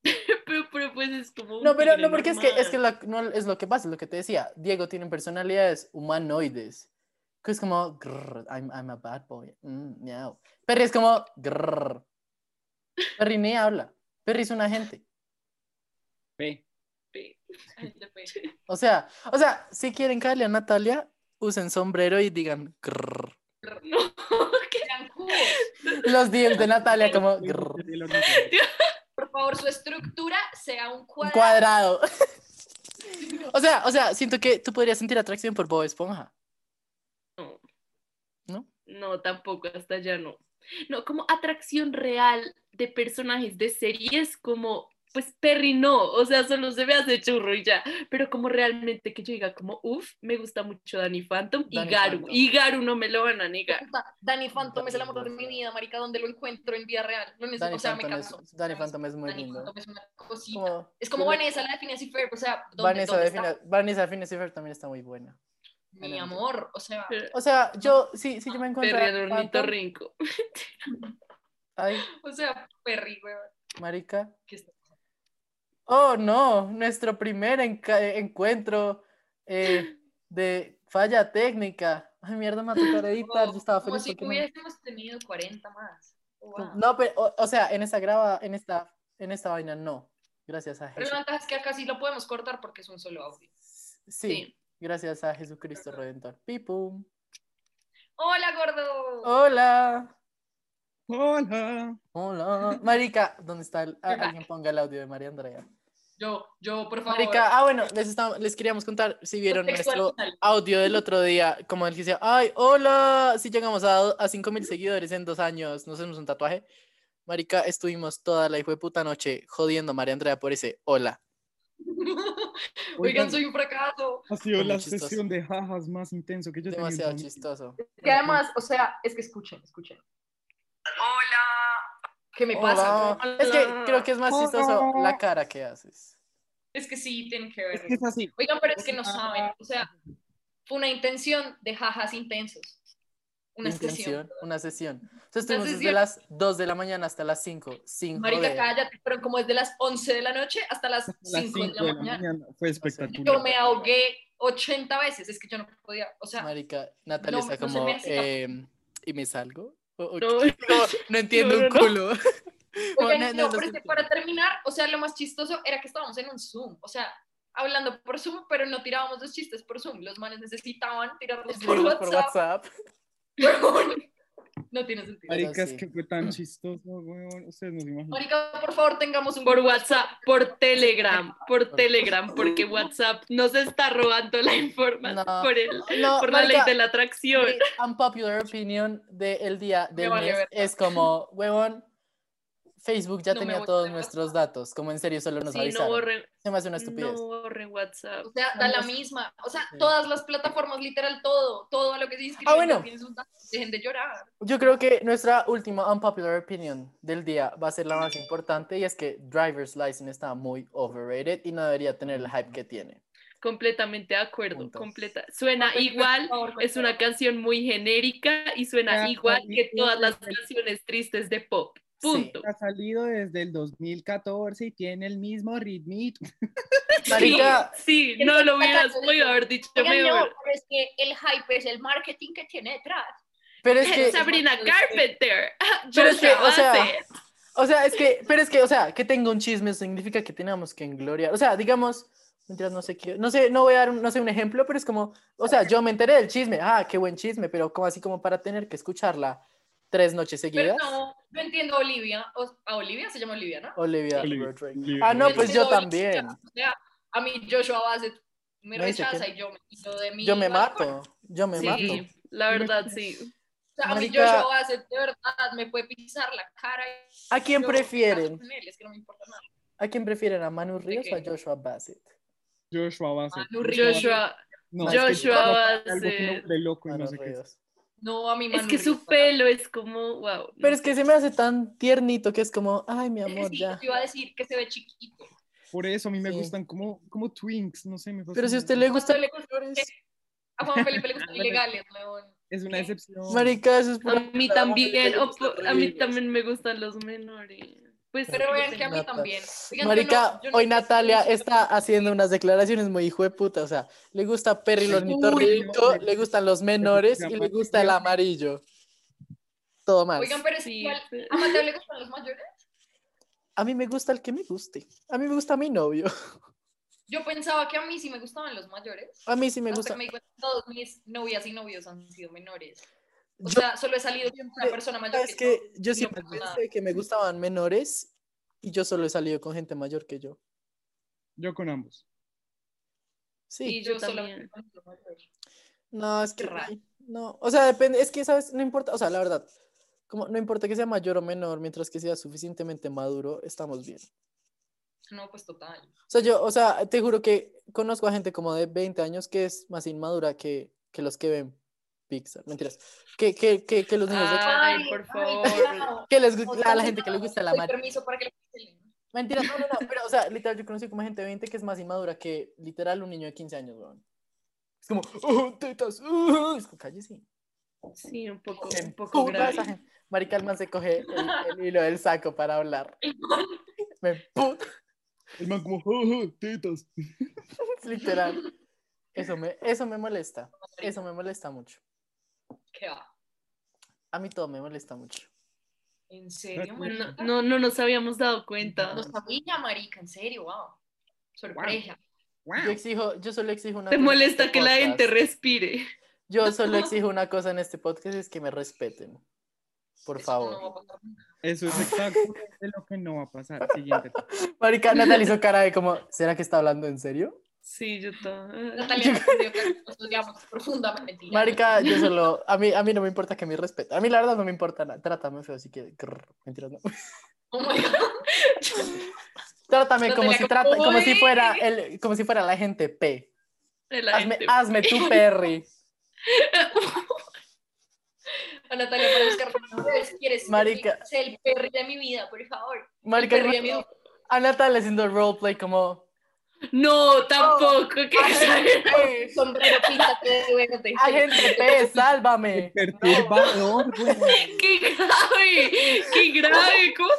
Pero, pero, pues es como un
No, pero
tigre
no, porque es que, es que
normal.
la- no, es lo que pasa, lo que te decía. Diego tiene personalidades humanoides. Que es como, grrr, I'm, I'm a bad boy. mm, miau. Perry es como, grrr. Perry ni habla. Perry es un agente.
Ve.
Ay, le fue.
O sea, o sea, si quieren caerle a Natalia, usen sombrero y digan, grrr.
No, que-
Sean cubos.
Los DMs de Natalia como, grrr,
El ornitorrinco.
Por favor, su estructura sea un
un
cuadrado.
cuadrado. O sea, o sea, siento que tú podrías sentir atracción por Bob Esponja.
no.
¿No?
No, tampoco, hasta allá no. No, como atracción real de personajes de series, como, pues Perry no, o sea, solo se ve hace churro y ya, pero como realmente que yo diga como, uff, me gusta mucho Danny Phantom y
Danny
Garu,
Phantom.
y Garu no me lo van a negar.
Danny Phantom es el amor de mi vida, marica, donde lo encuentro en vida real. Lo neces-
Danny
o sea,
Phantom
me
es,
caso.
Danny Phantom es muy
Danny
lindo.
Phantom es una cosita.
Como-
Es como
yo le-
Vanessa, la de Phineas y Ferb, o sea, ¿dónde,
Vanessa
dónde
de,
está
Fina- Vanessa de Phineas y Ferb también está muy buena.
mi amor? O sea,
Pero-
O sea, yo, sí, sí, yo me encuentro.
Perry
a
el
Phantom.
ornitorrinco.
Ay,
o sea, Perry, weón.
marica.
¿qué está pasando?
Oh, no, nuestro primer enca- encuentro eh, de falla técnica. Ay, mierda, me tocó editar. Yo estaba
como
feliz
si
porque no-
hubiésemos tenido 40 más. Wow.
no. pero, o, o sea, en esta graba, en esta, en esta vaina, no. Gracias a
Pero la
Jesús.
ventaja es que acá sí lo podemos cortar porque es un solo audio.
Sí, gracias a Jesucristo Redentor. Pipum.
Hola, gordo.
Hola.
Hola.
Hola. Marica, ¿dónde está? el- ah,
You're back.
alguien ponga el audio de María Andrea.
Yo, yo, por favor.
Marica, ah, bueno, les, estaba- les queríamos contar si vieron nuestro
Contextualizar.
audio del otro día, como el que decía, ay, hola, si llegamos a, a 5000 seguidores en dos años, nos hacemos un tatuaje. Marica, estuvimos toda la hijo de puta noche jodiendo a María Andrea por ese hola.
Oigan, soy un fracaso.
Ha sido
Fue muy
la
chistoso.
sesión de jajas más intenso que yo he tenido en
Demasiado
todo mi-
chistoso.
Que además, o sea, es que escuchen, escuchen. Hola. ¿Qué me pasa?
Hola. Es que creo que es más chistoso
Hola.
la cara que haces.
Es que sí, tienen que
Es
ver.
que es así.
Oigan, pero es que no saben. O sea, fue una intención de jajas intensos. Una sesión.
Intención, Una sesión. Entonces estuvimos desde
sesión.
las 2 de la mañana hasta las 5. 5
Marica, cállate, pero como desde las 11 de la noche hasta las 5
Las 5
de la mañana.
Fue
Yo
espectacular.
me ahogué 80 veces, es que yo no podía, o sea,
Marica, Natalia
No,
está
no se me
como,
hace
em, ¿y me salgo? O- o-
No,
como, no entiendo
no,
un
no.
culo. Como,
oigan,
no,
no,
no,
pero
no
es que
sé.
para terminar, o sea, lo más chistoso era que estábamos en un Zoom, o sea, hablando por Zoom, pero no tirábamos los chistes por Zoom, los manes necesitaban tirarlos por
Escribimos por
WhatsApp,
WhatsApp.
weón. no tiene sentido.
Marica,
sí.
es que fue tan chistoso, weón. Ustedes no se imaginan.
Marica, por favor, tengamos un
Por
grupo.
WhatsApp, por Telegram, por Telegram, porque WhatsApp nos está robando la información
No.
por, el-
No,
por la
marica,
ley de la atracción.
mi unpopular opinion del día del
vale
mes
verga.
es como, huevón, Facebook ya
No me
tenía
voy a
todos
hacer
nuestros datos. Como en serio, solo nos
Sí, no
avisaron.
borren,
Se me hace una estupidez.
no borren WhatsApp.
O sea, da la misma. O sea,
Sí.
todas las plataformas, literal, todo, todo a lo que se inscriben.
Ah, bueno.
no tienes un dato, Dejen de llorar.
Yo creo que nuestra última unpopular opinion del día va a ser la más importante y es que Driver's License está muy overrated y no debería tener el hype que tiene.
Completamente de acuerdo,
Punto.
completa. Suena igual,
Por favor,
es una canción muy genérica y suena
Ya,
igual que
sí,
todas
sí,
las
sí.
canciones tristes de pop.
Sí.
Punto.
Ha salido desde el 2014 y tiene el mismo ritmito.
Marica,
Sí, sí, no lo hubieras
Exacto.
podido haber dicho
Oigan, no,
mejor.
pero es que el hype es el marketing que tiene detrás.
pero es que...
Sabrina Carpenter,
Pero es que,
Georgia
o sea,
Bassett.
O sea, es que, pero es que, o sea, que tenga un chisme significa que tenemos que engloriar. O sea, digamos, mientras no sé qué, no sé, no voy a dar, un- no sé, un ejemplo, pero es como, o sea, yo me enteré del chisme, ah, qué buen chisme, pero como así como para tener que escucharla tres noches
Pero
seguidas.
no, yo entiendo a Olivia. o- a Olivia se llama Olivia, ¿no?
Olivia
Olivia,
Rodrigo.
Olivia
Ah, no,
Rodrigo.
pues yo
entiendo a
también.
Olivia, O sea, a mí Joshua Bassett me
No dice
rechaza y yo me quito de mí.
Yo me mato, yo me mato.
Sí, la verdad, sí.
sea, a mí
Marica.
Joshua Bassett, de verdad, me puede pisar la cara. y
¿A quién
yo
prefieren?
caso con él, es que no me importa nada.
¿A quién prefieren? ¿A Manu Ríos o a
qué?
Joshua Bassett?
Joshua
ah,
Bassett.
Manu Ríos.
Joshua,
No,
Joshua
es que Joshua algo
Bassett.
con nombre loco y no
Manu
sé qué es.
Ríos.
No, a mi
es
Manu
que su
Ríos.
pelo es como, wow.
Pero es que se me hace tan tiernito que es como, ay, mi amor,
Sí,
ya.
yo iba a decir que se ve chiquito.
Por eso a mí me
Sí.
gustan como, como twinks, no sé. Me
Pero si a
fascinan.
usted le gustan
le
los colores,
A Juan Felipe le
Ah,
gustan ilegales, weón.
Es una excepción.
marica, eso es
A
pura
mí
mierda,
también,
le
o
gustan
por- a mí
horribles.
también me gustan los menores. Pues,
Pero vean que a mí
Nata.
también. Oigan, yo
Marica,
no- yo no-
hoy Natalia está haciendo unas declaraciones muy hijo de puta, o sea, le gusta Perry el
Uy,
ornitorrinco,
no.
le gustan los menores y le gusta el amarillo. Todo mal.
Oigan, pero es
sí,
igual.
pero-
¿A Mateo le gustan los mayores?
A mí me gusta el que me guste. A mí me gusta mi novio.
Yo pensaba que a mí sí me gustaban los mayores.
A mí sí me
Hasta
gusta.
que me di cuenta que todos mis novias y novios han sido menores. O
Yo-
sea, solo he salido con una
siempre-
persona mayor
Es
que yo.
que yo siempre
pasa nada.
pensé que me gustaban menores y yo solo he salido con gente mayor que yo.
Yo con ambos.
Sí.
Y-
yo
yo
solo
también.
No, es
qué
que
raro.
no, o sea, depende, es que sabes, no importa, o sea, la verdad, como no importa que sea mayor o menor, mientras que sea suficientemente maduro, estamos bien.
No, pues total.
O sea, yo, o sea, te juro que conozco a gente como de 20 años que es más inmadura que, que los que ven Pixar. Mentiras. Que, que, que, que los niños de-
Ah,
Ay, por favor.
que les gu- a la gente que les gusta la
madre.
madre.
permiso para que le cancelen.
Mentiras, no, no, no. Pero, o sea, literal, yo conocí como gente de 20 que es más inmadura que literal un niño de 15 años, weón. Es como, oh, tetas, oh", es como, cállese.
Sí, un poco,
Se
un poco
emputa
grave.
esa gente. Marica Alman se coge el, el hilo del saco para hablar. Me puta,
El man como, "Oh, oh, tetas.
literal. Eso me, eso me molesta. Eso me molesta mucho.
¿Qué va?
A mí todo me molesta mucho.
¿En serio,
No,
marica?
no, no nos habíamos dado cuenta.
No sabía, marica, en serio, wow. Sorpresa.
Yo exijo, yo solo exijo una
Te
cosa en
molesta
este
que la
podcast.
gente respire.
Yo solo exijo una cosa en este podcast es que me respeten. Por
Eso
favor.
no va a pasar nunca.
Eso es exactamente lo que no va a pasar. Siguiente.
Marica Natal hizo cara de como, ¿será que está hablando en serio?
Sí, yo también.
Natalia entendió que nos odiamos profundamente. ya.
Marica, yo solo, a mí, a mí no me importa que me respeten. A mí la verdad no me importa nada. Trátame feo si quieres. Grr, Mentira, no.
Oh my God.
Trátame
No
como
tenía
si,
que-
trata, como si
¡Uy!
fuera el, como si fuera la gente P.
La
Hazme,
gente.
hazme tu Perry.
A Natalia para buscar favores, ¿Quieres
Marica.
ser el perry de mi vida, por favor? El
Marica,
perry de mi vida.
a Natal haciendo roleplay como.
No, tampoco. que-
"Ey,
Sombrero, píntate de verde.
Agente P, sálvame.
Perturbador, güey.
¡Qué grave! ¡Qué grave! ¿Cómo,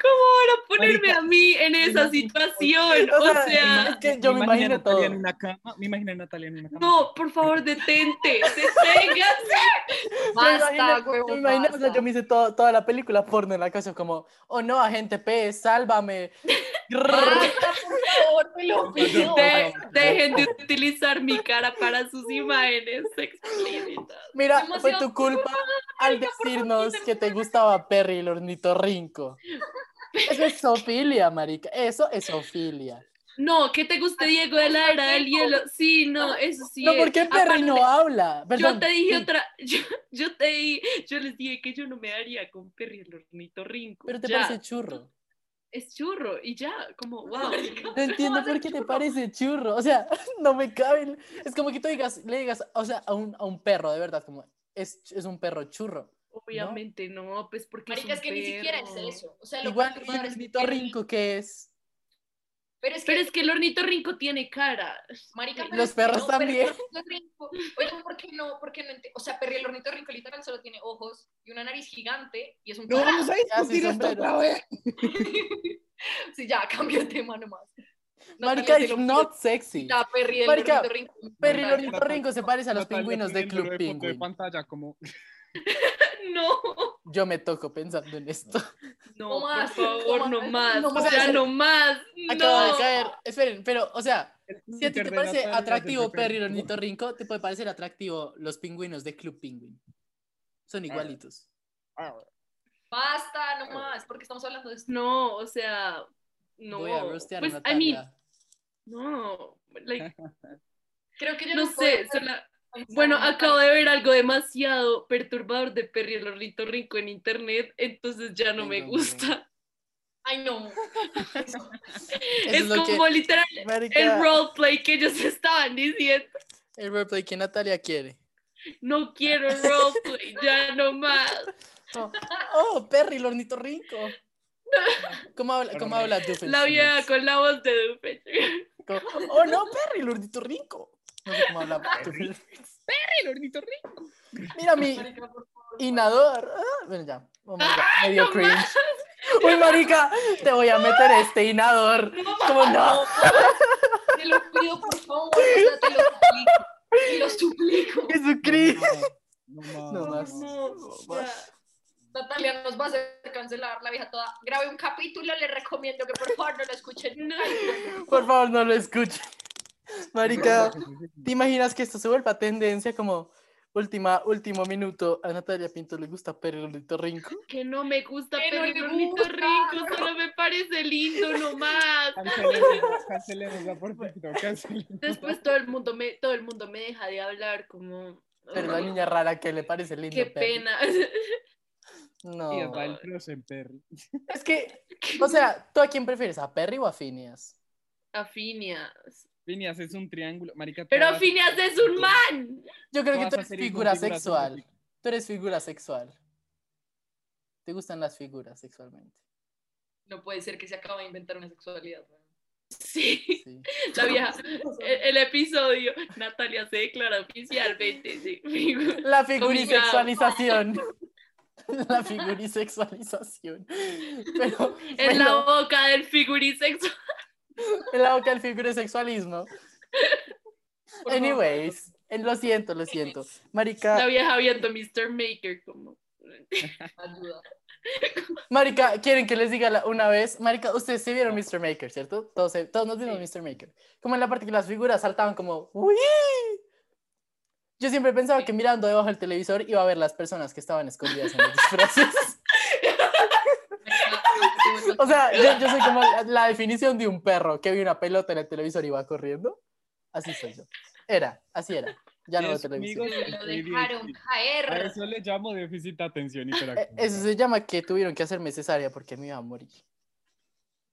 cómo van a ponerme a mí en esa situación?
O
O
sea,
sea,
es que yo me
a
imagino
Natalia
todo.
en una cama. Me imagino a Natalia en una cama.
no, por favor, detente. Deténgase.
me
Basta,
imagino,
huevo,
me imagino, o sea,
basta.
yo me hice todo- toda la película porno en la casa, como, oh no, agente P, sálvame. Grrr.
Basta, por favor, te lo pido.
De- dejen de utilizar mi cara para sus imágenes explícitas.
Mira, fue
Demasiado
tu culpa al decirnos que te gustaba Perry el ornitorrinco. Eso es zoofilia, marica. Eso es zoofilia.
No, que te guste Diego de la era del hielo. Sí, no, eso sí.
no,
es.
¿por qué Perry no
Aparte,
habla? Perdón,
Yo te dije
sí,
otra, yo, yo te di- yo les dije que yo no me daría con Perry el ornitorrinco.
Pero te
ya.
parece churro.
es churro y ya, como wow.
No entiendo por qué te parece churro. O sea, no me cabe. en- Es como que tú digas, le digas, o sea, a un, a un perro, de verdad, como, es, es un perro churro.
Obviamente no, pues porque
Marica, es que ni siquiera es
perro.
eso. O sea, lo
Igual que
perturbador
el
es que-
ornitorrinco que es.
Pero es que,
Pero es que el ornitorrinco tiene cara.
marica, pero
Los
es que
perros
no, pero
también.
el ornitorrinco- Oigan, ¿por qué no? ¿Por qué no enti- O sea, Perry el ornitorrinco literal solo tiene ojos y una nariz gigante y es un
No
pájaro.
vamos a discutir
Ya, sí,
esto
sombrero.
otra vez.
Sí, ya, cambia el tema nomás.
Marica,
es
it's not sexy.
Está Perry el
Marica,
ornitorrinco.
Perry el
Natalia.
ornitorrinco se parece a los
Natalia
pingüinos de
poniéndolo
Club
de fondo De
Penguin.
pantalla como
No,
Yo me toco pensando en esto.
no,
No más,
por favor, no
no
más.
más,
No
no
más,
más.
o sea, no más.
Acaba de
No.
caer. Esperen, pero, o sea,
el
Si a ti
Twitter
te
de
parece
Natalia
atractivo
desde
Perry
Perry.
Ornitorrinco, te puede parecer atractivo los pingüinos de Club Penguin. Son
Eh,
igualitos.
Ah,
Basta nomás, porque estamos hablando de esto.
No, o sea, no.
Voy a rostear
Pues,
a
I
Natalia.
mean, no. like,
Creo que yo
no
puedo
sé,
hacer
sola- Bueno, acabo de ver algo demasiado perturbador de Perry el ornitorrinco en internet, entonces ya no
Ay,
me
no,
gusta.
Ay, no.
Es,
es lo que-
como literal
Marica,
el roleplay que ellos estaban diciendo.
el roleplay que Natalia quiere.
No quiero roleplay, ya no más.
Oh, oh, Perry, el ornitorrinco. ¿Cómo habla, cómo habla Doofenshmirtz?
La vieja con la voz de Dupe.
Como, oh, no, Perry, el ornitorrinco. No sé cómo habla Doofenshmirtz.
El ornitorrinco.
Mira mi
Marica, por favor.
inador. Ah, bueno, ya. Oh my God, medio
no
cringe. Uy, marica, te voy a meter este inador. Como no.
Te lo pido, por favor. o sea, te lo suplico. Te lo suplico.
Jesucristo.
No, más,
No
no,
más.
más.
No, o sea,
Natalia nos va a hacer cancelar la vieja toda. Grabe un capítulo, le recomiendo que por favor no lo escuchen.
no.
Por favor, no lo escuche. Marica,
pues,
¿te imaginas que esto se vuelva tendencia como última, último minuto? A Natalia Pinto le gusta Perry Lolito Rinco.
Que no me gusta
Que no
Perry el
le
ornitorrinco, solo me parece lindo nomás.
Cancelemos, cancelemos por TikTok, cancelemos.
Después todo el mundo me, todo el mundo me deja de hablar como
Pero la niña rara que le parece lindo.
qué
Perry.
pena.
No.
Y va el closet, Perry.
Es que, o sea, ¿tú a quién prefieres? ¿A Perry o a Phineas?
Afinias.
Finias es un triángulo, marica.
Pero
todas-
Afinias es un man.
Yo creo que
todas
tú eres
las series son
figura
figuras
sexual.
eróticas.
Tú eres figura sexual. ¿Te gustan las figuras sexualmente?
No puede ser que se acaba de inventar una sexualidad. weón.
Sí,
Sí.
la vieja. El, el episodio, Natalia se declara oficialmente. sí.
La figurisexualización.
figurisexualización.
La figurisexualización. Pero
En la boca del figurisexo.
en la boca del figurisexualismo. Anyways, eh, lo siento, lo siento.
La
Marica,
vieja viendo Mr. Maker como.
Ayuda.
Marica, quieren que les diga la- una vez, Marica, ustedes se vieron Mr. Maker, ¿cierto? Todos, se- todos nos vimos Mr. Maker. Como en la parte que las figuras saltaban como, "Uy". Yo siempre pensaba que mirando debajo del televisor iba a ver las personas que estaban escondidas en los disfraces. O sea, yo, yo soy como la, la definición de un perro que vio una pelota en el televisor y va corriendo. Así soy yo. Era, así era. Ya no veo
Dios,
televisión.
amigos,
Lo
estoy
dejaron
bien.
caer.
A eso le llamo déficit de atención
Eh,
hiperactiva.
Eso se llama que tuvieron que hacerme cesárea porque me iba a morir.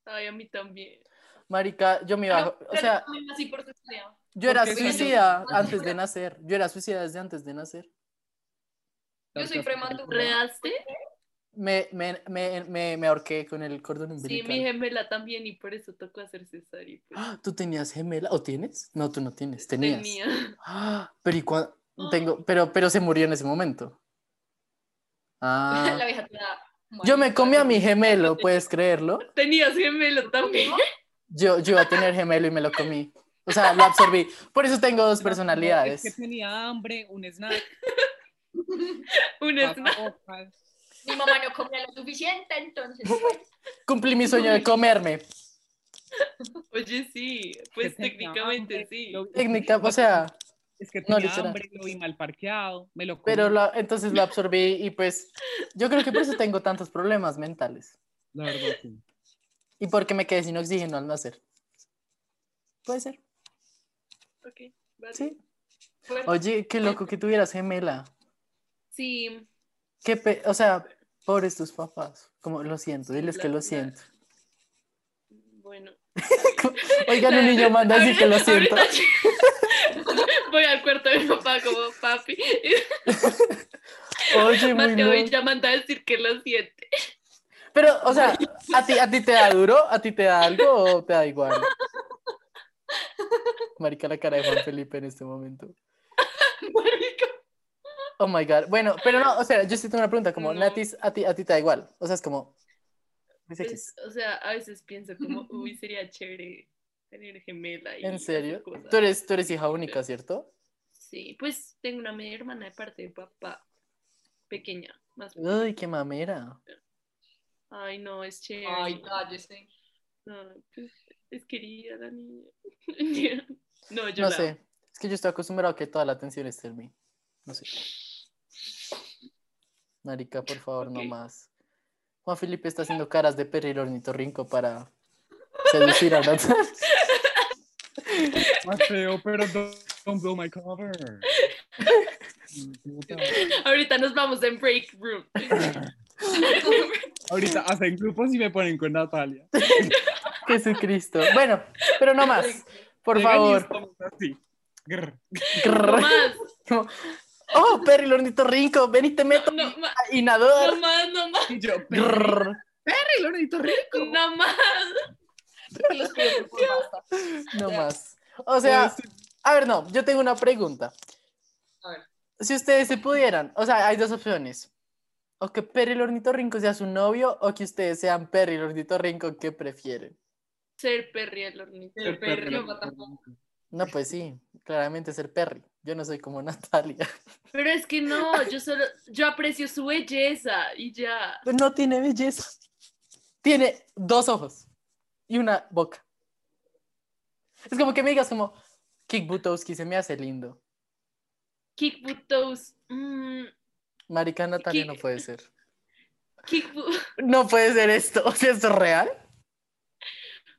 Ay, a mí también.
Marica, yo me iba.
Pero-
O sea,
pero así por cesárea.
yo era
porque-
suicida antes de nacer. Yo era suicida desde antes de nacer.
Yo soy prematuro.
¿Redaste?
Me, me, me, me, me ahorqué con el cordón
Sí,
umbilical.
mi gemela también, y por eso tocó hacer cesárea. pues.
¡Ah! ¿Tú tenías gemela? ¿O tienes? No, tú no tienes. Tenías.
Tenía.
¡Ah! Pero, ¿y cuán-
Ah.
Tengo... pero, pero se murió en ese momento. Ah.
La vieja toda,
Yo me comí a mi
marica,
gemelo, pues. ¿puedes creerlo?
Tenías gemelo también.
¿no?
Yo, yo iba a tener gemelo y me lo comí. O sea, lo absorbí. Por eso tengo dos personalidades.
Es que tenía hambre, un snack,
Un snack.
tapabocas.
Mi mamá no comía lo suficiente, entonces. pues,
Cumplí mi sueño de comerme.
Oye, sí, pues
que tenía
técnicamente
hambre,
sí.
lo vi-
Técnica, o sea,
Es que
Eh, no,
tenía
literal.
hambre, lo vi mal parqueado, me lo comí.
pero lo- entonces lo absorbí y pues yo creo que por eso tengo tantos problemas mentales.
La verdad, sí.
Y porque me quedé sin oxígeno al nacer. Puede ser,
Ok, vale.
sí.
Bueno,
Oye, qué loco que tuvieras gemela.
sí,
Qué pe- O sea, pobres tus papás. Como lo siento, diles que lo siento.
bueno.
Oigan, un niño manda así que lo siento.
Ahorita- Voy al cuarto de mi papá como papi.
Oye, muy
Mateo
loco.
ya manda a decir que lo siente.
Pero, o sea, ¿a ti, ¿a ti te da duro? ¿A ti te da algo o te da igual? Marica la cara de Juan Felipe en este momento.
marica,
Oh my god. Bueno, pero no, o sea, yo sí tengo una pregunta como,
No.
Natis, ¿a ti, ¿a ti te da igual? O sea, es como. es X.
Pues, o sea, a veces pienso como, uy, sería chévere tener gemela. Y
¿En serio?
esas cosas. Pues,
Tú eres, tú eres hija única, ¿cierto?
Sí, pues tengo una media hermana de parte de papá. Pequeña, más
Uy, qué mamera.
Ay, no, es chévere.
Ay, cállese.
No, pues, es querida la niña. no, yo
No
la-
sé. Es que yo estoy acostumbrado a que toda la atención esté en mí. No sé. Marica, por favor, no
Ok.
más. Juan Felipe está haciendo caras de perro y el ornitorrinco para seducir a Natalia.
Más feo, pero don't, don't blow my cover.
Mm, Puta.
Ahorita nos vamos en break room.
Ahorita hacen grupos y me ponen con Natalia.
Jesucristo. Bueno, pero no más. Por
Llegan y
favor.
estamos así. Grr.
No
Grrr.
más,
Oh, Perry, el ornitorrinco, ven y te meto
no
a
más, no
inador.
más, no más,
Y yo,
Grrr.
Perry, Lorenito Rico.
no más.
Te los pido, por favor, basta.
No
Ya.
más. O
Pues,
sea, a ver, no, yo tengo una pregunta.
A ver.
Si ustedes se pudieran, o sea, hay dos opciones. O que Perry el ornitorrinco sea su novio o que ustedes sean Perry el ornitorrinco, ¿qué prefieren?
Ser perri el hornito.
El
perri,
perro.
papá.
No, pues sí, claramente ser Perry. Yo no soy como Natalia.
Pero es que no, yo solo, yo aprecio su belleza y ya.
No tiene belleza. Tiene dos ojos y una boca. Es como que me digas como, Kick Butowski se me hace lindo.
Kick Buttowski, mm,
Marica Natalia no
Kick-
puede ser.
kick Bu-
No puede ser esto. O sea, ¿esto es real?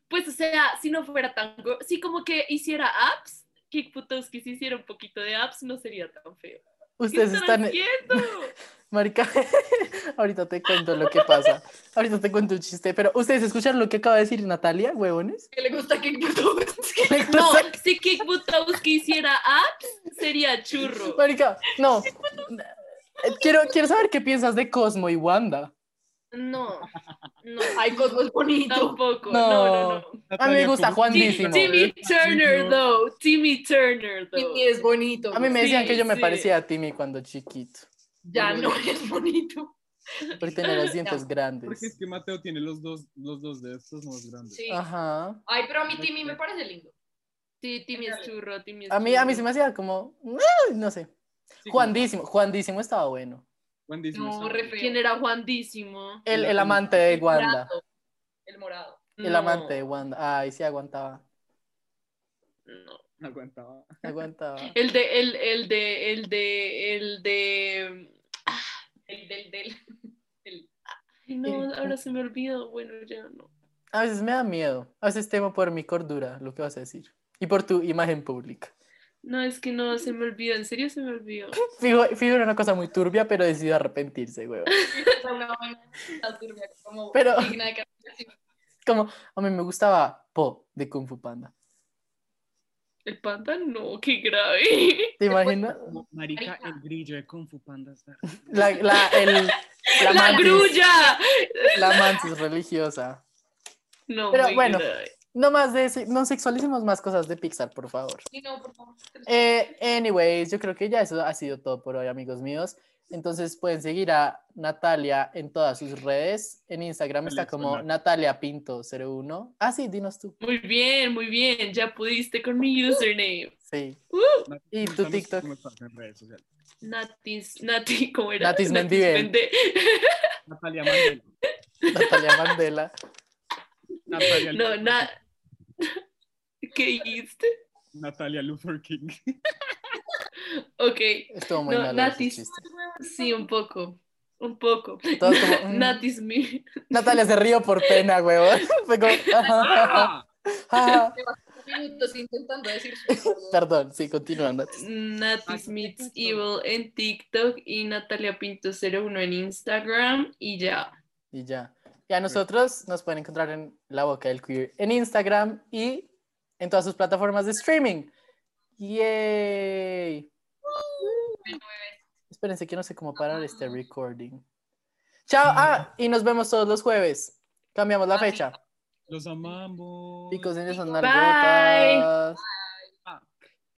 Pues o sea, si no fuera tan, go- si como que hiciera apps, Kick Butowski si hiciera un poquito de apps no sería tan feo. ¿Qué
Ustedes están...
están haciendo?
Marica, ahorita te cuento lo que pasa. Ahorita te cuento un chiste. Pero, ¿ustedes escucharon lo que acaba de decir Natalia, huevones?
Que le gusta que Butowski.
No, si Kick Butowski hiciera apps sería churro.
Marica, no. Eh, Quiero, quiero saber qué piensas de Cosmo y Wanda.
No, no,
Ay, Cosmo es bonito.
tampoco.
No.
No, no, no.
A mí me gusta
Natalia, ¿cómo-
Juandísimo.
Timmy Turner, though. Timmy Turner, though.
Timmy es bonito.
A mí me decían
Sí,
que yo me
sí.
parecía a Timmy cuando chiquito,
Ya no es bonito.
por tener los dientes
Porque es
grandes.
que Mateo tiene los dos, los dos de estos más grandes.
Sí.
Ajá.
Ay, pero a mí Timmy Ah. me parece lindo.
Sí, Timmy es churro, Timmy es
A mí, a mí
churro.
se me hacía como, "Ah", no sé.
Sí,
Juandísimo, Juandísimo estaba bueno.
Juandísimo
No,
está-
re feo.
¿Quién era Juandísimo?
El,
La
el amante de Wanda.
Morado.
El morado.
El
No,
amante de Wanda. Ay, sí aguantaba.
no.
No aguantaba.
Aguantaba.
El de, el, el de, el de, el de.
El del del. el-
Ay, no, ahora se me olvidó. Bueno, ya no.
A veces me da miedo. A veces temo por mi cordura, lo que vas a decir. Y por tu imagen pública.
No, es que no, se me olvidó. En serio se me olvidó.
Fijo, fijo era una cosa muy turbia, pero decidió arrepentirse, güey.
Era una vaina tan turbia, como
Pero-
digna de calificación.
Como, a mí me gustaba Po de Kung Fu Panda.
El panda, no, qué grave.
¿Te imaginas?
Como, Marica,
Marica.
el brillo de Kung Fu Panda está.
La, la, el, la,
¡La,
mantis-
grulla!
la mantis religiosa.
No,
Pero
muy
bueno.
grave.
No más de ese- no sexualicemos más cosas de Pixar, por favor.
Sí, no, por favor.
Eh, anyways, yo creo que ya eso ha sido todo por hoy, amigos míos. Entonces pueden seguir a Natalia en todas sus redes. En Instagram está
Alex,
como
hola.
Natalia Pinto01. Ah, sí, dinos tú.
Muy bien, muy bien. Ya pudiste con mi username.
Sí.
Uh,
Y tu
Cuéntanos
TikTok.
cómo estás en redes sociales.
Natis, Nati, ¿cómo era?
Natis Mendivel.
Mende-
Natalia Mandela.
Natalia Mandela.
Natalia,
No, na... ¿Qué hiciste?
Natalia Luther King.
Ok,
Estuvo muy
No,
malo
Natis.
ese chiste.
sí, un poco. Un poco.
Todos como, mm.
Natis mi.
Natalia se rió por pena, huevón. Fue como,
¡Ah!
ah,
Minutos intentando decir su
Perdón, sí, continúa, Natis.
Natis Meets Evil en TikTok y Natalia Pinto 01 en Instagram y ya.
Y ya. Y a nosotros nos pueden encontrar en La Boca del Queer en Instagram y en todas sus plataformas de streaming. ¡Yay! Espérense que no sé cómo parar este recording. Chao, ah, y nos vemos todos los jueves. Cambiamos la
Bye.
fecha.
Los amamos.
Picos en esas
Bye.
nalgotas.